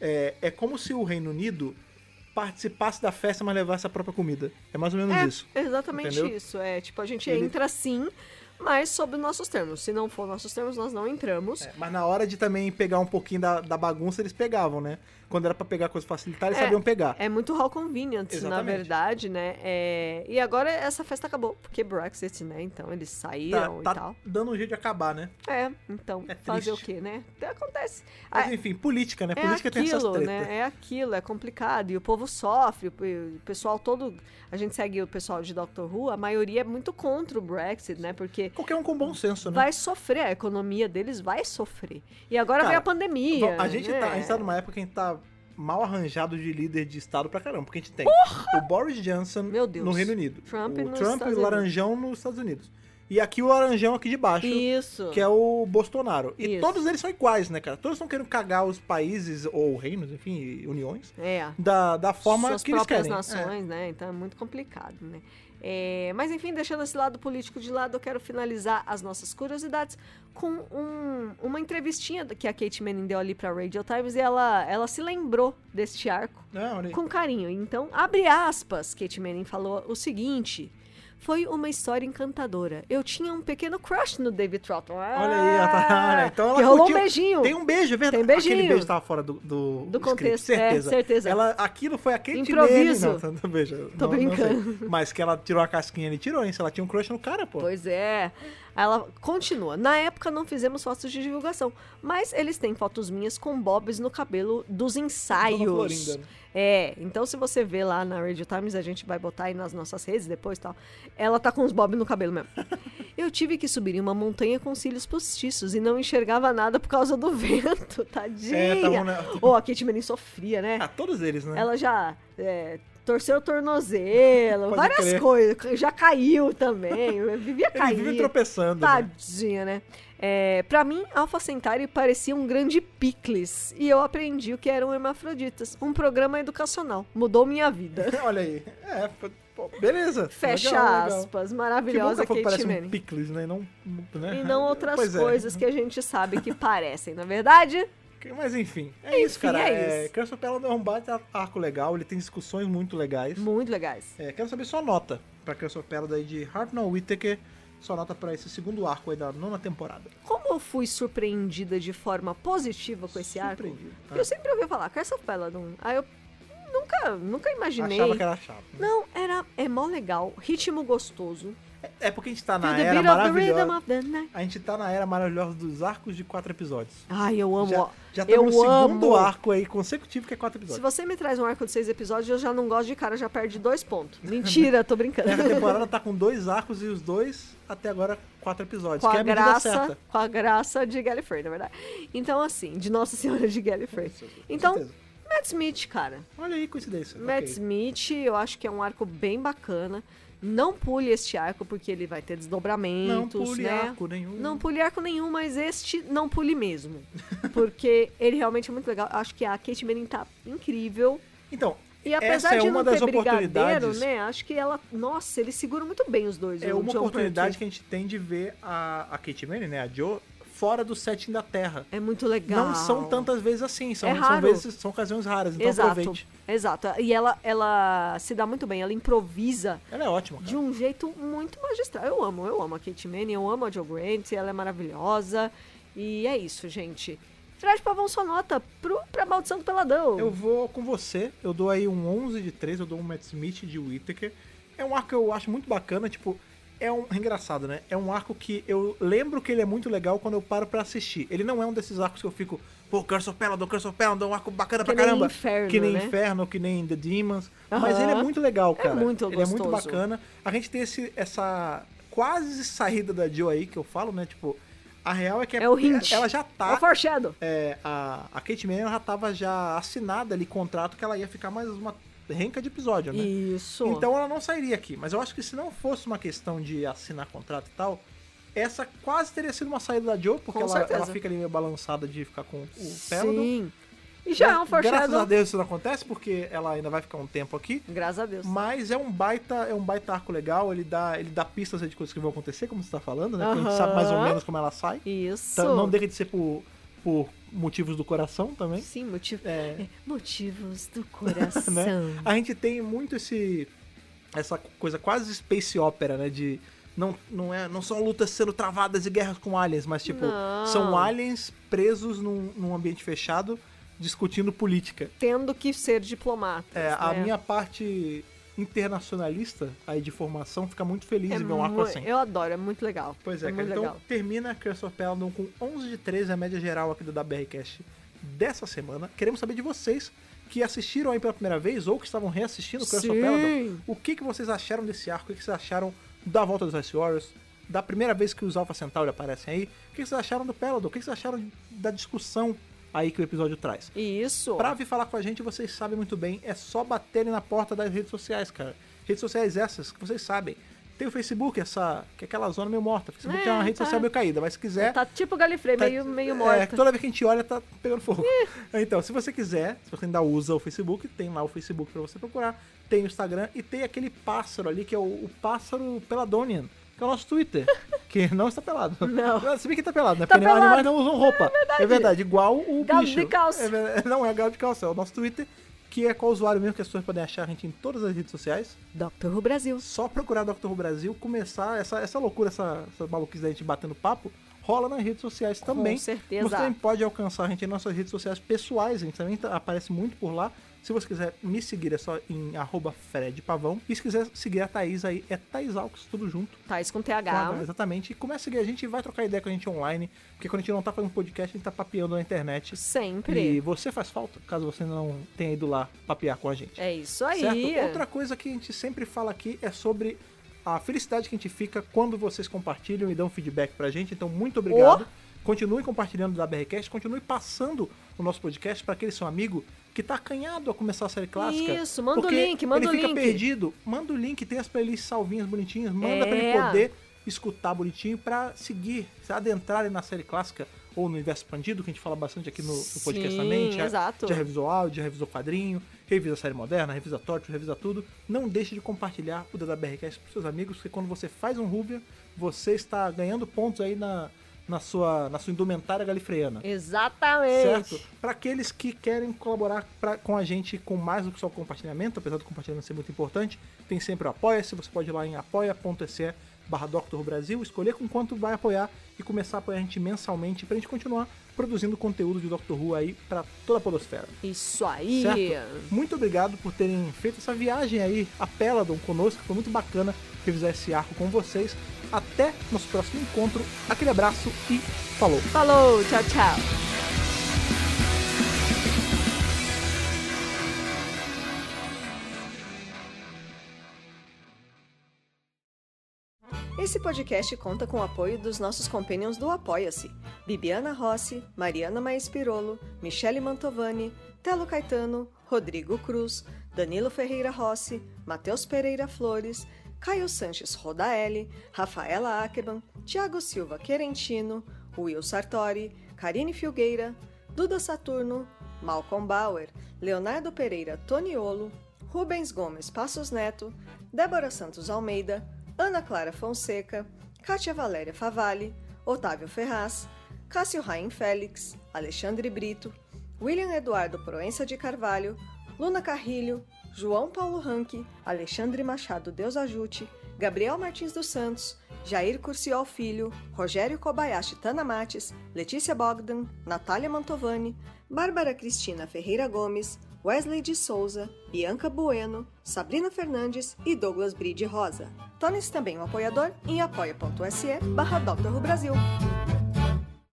é, é como se o Reino Unido participasse da festa, mas levasse a própria comida. É mais ou menos
É,
isso.
exatamente
Entendeu?
isso. É tipo, a gente
Ele-
entra sim, mas sob nossos termos. Se não
É.
for nossos termos, nós não entramos.
Mas na hora de também pegar um pouquinho da, da bagunça, eles pegavam, né? Quando era pra pegar coisa facilitar, eles
É.
sabiam pegar.
É muito how convenient, na
Tá. Exatamente.
verdade, né? É, E agora essa festa acabou, porque Brexit, né? Então eles
Tá,
saíram
tá
e tal.
dando um jeito de acabar, né?
É, então,
É
fazer o
triste.
quê, né? Até Acontece.
Mas
Ah,
enfim, política, né?
é
Política tem essas
aquilo,
tretas.
né? É aquilo, é complicado. E o povo sofre, o o pessoal todo. A gente segue o pessoal de Doctor Who, a maioria é muito contra o Brexit, né? Porque
Qualquer um com bom senso, né?
vai sofrer, a economia deles vai sofrer. E agora
Cara,
vem a pandemia.
Bom, a, gente
né?
tá, a gente tá numa época que a gente tá mal arranjado de líder de Estado pra caramba, porque a gente tem o Boris Johnson
Meu Deus.
no Reino Unido,
Trump
o
nos
Trump e
Estados
o Laranjão nos Estados Unidos. E aqui o Laranjão aqui de baixo,
Isso.
que é o Bolsonaro. E
Isso.
todos eles são iguais, né, cara? Todos estão querendo cagar os países ou reinos, enfim, e uniões,
É.
da, da forma
suas
que eles
próprias
querem. É.
nações, né? Então é muito complicado, né? É, mas enfim, deixando esse lado político de lado, eu quero finalizar as nossas curiosidades com um- uma entrevistinha que a Kate Manning deu ali pra Radio Times e ela, ela se lembrou deste arco
Não, É. olha aí.
com carinho. Então, abre aspas, Kate Manning falou o seguinte. Foi uma história encantadora. Eu tinha um pequeno crush no David Troughton.
Olha aí, ó, tá, olha. Então ela
que rolou
curtiu.
um beijinho.
Tem um beijo, é verdade.
Tem beijinho.
Aquele beijo tava fora do, do,
Do
script,
contexto, é,
certeza.
certeza.
Ela, aquilo foi a Kate
Improviso.
Manning. Não, não, beijo,
Tô
não- não
brincando.
sei. Mas que ela tirou a casquinha, ele tirou, hein? Se ela tinha um crush no cara, pô.
Pois é. Ela continua. Na época não fizemos fotos de divulgação, mas eles têm fotos minhas com bobs no cabelo dos
Dona
ensaios.
Florinda, né?
É, então se você vê lá na Radio Times, a gente vai botar aí nas nossas redes depois e tal. Ela tá com os bobs no cabelo mesmo. Eu tive que subir em uma montanha com cílios postiços e não enxergava nada por causa do vento, tadinha.
É, tava na-
Ô, a Kate Manning sofria, né?
Ah, todos eles, né?
Ela já é, torceu o tornozelo,
Pode
várias
crer.
coisas. Já caiu também. eu Vivia
Ele
caindo.
vive tropeçando. né?
Tadinha, né? É, pra mim, Alpha Centauri parecia um grande picles. E eu aprendi o que eram hermafroditas. Um programa educacional. Mudou minha vida.
Olha aí. É, pô, pô, beleza.
Fecha
Legal, legal.
aspas.
Que bom que
Maravilhosa
ela falou que
Kate
parece
Manning.
um picles, né? E não, né?
e não outras
Pois é.
coisas que a gente sabe que parecem, na verdade?
Mas enfim, é
Enfim,
isso, cara.
é
É,
isso.
Crystal Palace é um baita arco legal, ele tem discussões muito legais.
Muito legais.
É, quero saber sua nota pra Crystal Palace aí de Hartnell Whittaker, sua nota pra esse segundo arco aí da nona temporada.
Como eu fui surpreendida de forma positiva com esse arco,
Surpreendido, tá?
Porque eu sempre ouvi falar, Curse of Peladon. Aí eu nunca, nunca imaginei.
Achava que era chato. né?
Não, era, é mó legal, ritmo gostoso.
É porque a gente tá
Feel
na
the
era
beat of the rhythm
maravilhosa.
of the night.
A gente tá na era maravilhosa dos arcos de quatro episódios.
Ai, eu amo, ó.
Já, já
eu
estamos no segundo
amo.
arco aí consecutivo que é quatro
Se
episódios.
você me traz um arco de seis episódios, eu já não gosto de cara, já perde dois pontos. Mentira, tô brincando.
Essa temporada tá com dois arcos e os dois, até agora, quatro episódios.
com
que é
a
a medida
graça,
certa.
com a graça de Gallifrey, na verdade. Então, assim, de Nossa Senhora de Gallifrey. Então,
certeza.
Matt Smith, cara.
Olha aí, coincidência.
Matt
Ok.
Smith, eu acho que é um arco bem bacana. Não pule este arco, porque ele vai ter
Não
desdobramentos,
pule
né?
arco nenhum.
Não pule arco nenhum, mas este não pule mesmo. Porque ele realmente é muito legal. Eu acho que a Kate Manning tá incrível.
Então,
E apesar
é
de
uma
não
das
ter brigadeiro,
oportunidades-
né? Acho que ela. Nossa, ele segura muito bem os dois.
é
o
uma
John
oportunidade
Pertwee.
que a gente tem de ver a, a Kate Manning, né? A Joe, fora do setting da Terra.
É muito legal.
Não são tantas vezes assim, são,
É
são,
raro.
vezes, são ocasiões raras, então
Exato.
aproveite.
Exato. E ela, ela se dá muito bem, ela improvisa
Ela é ótima. cara.
de um jeito muito magistral. Eu amo, eu amo a Kate Manning, eu amo a Joe Grant, ela é maravilhosa. E é isso, gente. Fred Pavão, sua nota pro, pra Maldição do Peladão.
Eu vou com você, eu dou aí um 11 de 3, eu dou um Matt Smith de Whittaker. É um arco que eu acho muito bacana, tipo, é um. é engraçado, né? É um arco que eu lembro que ele é muito legal quando eu paro pra assistir. Ele não é um desses arcos que eu fico, pô, Curse of Peladon, Curse of Peladon, um arco bacana
Que
pra
nem
caramba.
Inferno,
que nem
né?
Inferno, que nem The Demons.
Aham.
Mas ele é muito legal,
É
cara.
muito
ele é muito
gostoso.
bacana. A gente tem esse, essa quase saída da Jill aí que eu falo, né? Tipo, a real é que
É o hint.
ela já
É o
tá
foreshadow.
é, a, a Kate Manning ela tava já assinada ali contrato que ela ia ficar mais uma renca de episódio, né?
Isso.
Então ela não sairia aqui. Mas eu acho que se não fosse uma questão de assinar contrato e tal, essa quase teria sido uma saída da Joe, porque
Com
ela,
certeza.
ela fica ali meio balançada de ficar com o Peladon.
Sim. E já é um
Graças a
foreshadow.
Deus isso não acontece, porque ela ainda vai ficar um tempo aqui.
Graças a Deus.
Mas é um baita, é um baita arco legal, ele dá, ele dá pistas de coisas que vão acontecer, como você tá falando, né? Porque a gente
Aham.
sabe mais ou menos como ela sai.
Isso.
Então, não deixa de ser por, por motivos do coração também.
Sim, motivo.
É,
é, Motivos do
né?
coração.
A gente tem muito esse essa coisa quase space opera, né, de não, não, é, não são lutas sendo travadas e guerras com aliens, mas tipo,
Não.
são aliens presos num, num ambiente fechado discutindo política.
tendo que ser diplomata.
É, a minha parte internacionalista aí de formação fica muito feliz
é
em ver um arco
mu-
assim.
Eu adoro, é muito legal.
Pois é,
muito
cara. Então
legal.
termina Curse of Peladon com 11 de 13, a média geral aqui do WRCast dessa semana. Queremos saber de vocês que assistiram aí pela primeira vez ou que estavam reassistindo Curse of
Sim.
Peladon. O que, que vocês acharam desse arco? O que, que vocês acharam da volta dos Ice Warriors? Da primeira vez que os Alpha Centauri aparecem aí? O que, que vocês acharam do Peladon? O que, que vocês acharam da discussão aí que o episódio traz?
Isso.
Pra vir falar com a gente, vocês sabem muito bem, é só baterem na porta das redes sociais, cara. Redes sociais essas que vocês sabem. Tem o Facebook, essa, que é aquela zona meio morta. O Facebook é,
É,
uma rede
tá.
social meio caída, mas se quiser.
Tá tipo Galifrey,
É. tá-
meio, meio
É,
morta. É.
que toda vez que a gente olha, tá pegando fogo. Então, se você quiser, se você ainda usa o Facebook, tem lá o Facebook pra você procurar. Tem o Instagram e tem aquele pássaro ali, que é o, o pássaro Peladonian, que é o nosso Twitter. que não está pelado.
Não.
Se bem que tá pelado, né?
Tá
Porque
pelado.
animais não usam roupa. É verdade. igual o
Galo
bicho.
de calça.
É ver- não é galo de calça, é o nosso Twitter, que é qual usuário mesmo que as pessoas podem achar a gente em todas as redes sociais.
Dr. Who Brasil.
Só procurar Dr. Who Brasil, começar essa, essa loucura, essa, essa maluquice da gente batendo papo, rola nas redes sociais também.
certeza.
Você também pode alcançar a gente em nossas redes sociais pessoais, a gente também tá- aparece muito por lá. Se você quiser me seguir, é só em arroba Fred Pavão. E se quiser seguir a Thaís aí, é Thaís Alves, tudo junto.
Thaís Tá com
Claro,
TH.
exatamente. E começa a seguir a gente e vai trocar ideia com a gente online. Porque quando a gente não tá fazendo podcast, a gente tá papeando na internet. E
Sempre.
você faz falta, caso você não tenha ido lá papear com a gente.
É isso aí.
Certo? Outra coisa que a gente sempre fala aqui é sobre a felicidade que a gente fica quando vocês compartilham e dão feedback pra gente. Então, muito obrigado. Continue compartilhando da BRCast, continue passando o nosso podcast para aquele seu amigo que tá acanhado a começar a série clássica.
Isso, manda o
porque
link, manda o
ele fica
link.
perdido. Manda o link, tem as playlists salvinhas bonitinhas, manda pra ele
É.
poder escutar bonitinho pra seguir, se adentrarem na série clássica ou no universo expandido, que a gente fala bastante aqui no, no podcast
Sim,
também. Já-
exato.
já revisou áudio, já revisou quadrinho, revisa a série moderna, revisa Torture, revisa tudo. Não deixe de compartilhar o DWRcast pros seus amigos, porque quando você faz um Rubia, você está ganhando pontos aí na, na, sua, na sua indumentária galifreana.
É
Exatamente.
Certo? Para aqueles que querem colaborar pra- com a gente com mais do que só o compartilhamento, apesar do compartilhamento ser muito importante, tem sempre o Apoia-se, você pode ir lá em apoia.se barra Dr. Who Brasil, escolher com quanto vai apoiar e começar a apoiar a gente mensalmente pra gente continuar produzindo conteúdo de Dr. Who aí pra toda a podosfera.
Isso aí.
Certo? Muito obrigado por terem feito essa viagem aí a Peladon conosco. Foi muito bacana revisar esse arco com vocês. Até nosso próximo encontro. Aquele abraço e falou!
Falou, tchau, tchau.
Esse podcast conta com o apoio dos nossos companions do Apoia-se: Bibiana Rossi, Mariana Maes Pirolo, Michele Mantovani, Telo Caetano, Rodrigo Cruz, Danilo Ferreira Rossi, Matheus Pereira Flores, Caio Sanches Rodaelli, Rafaela Ackerman, Tiago Silva Querentino, Will Sartori, Karine Filgueira, Duda Saturno, Malcolm Bauer, Leonardo Pereira Toniolo, Rubens Gomes Passos Neto, Débora Santos Almeida, Ana Clara Fonseca, Kátia Valéria Favalli, Otávio Ferraz, Cássio Raim Félix, Alexandre Brito, William Eduardo Proença de Carvalho, Luna Carrilho, João Paulo Ranque, Alexandre Machado Deus Ajute, Gabriel Martins dos Santos, Jair Curciol Filho, Rogério Kobayashi Tana Mates, Letícia Bogdan, Natália Mantovani, Bárbara Cristina Ferreira Gomes, Wesley de Souza, Bianca Bueno, Sabrina Fernandes e Douglas Bride Rosa. Torne-se também um apoiador em apoia.se barra Dr. Who Brasil.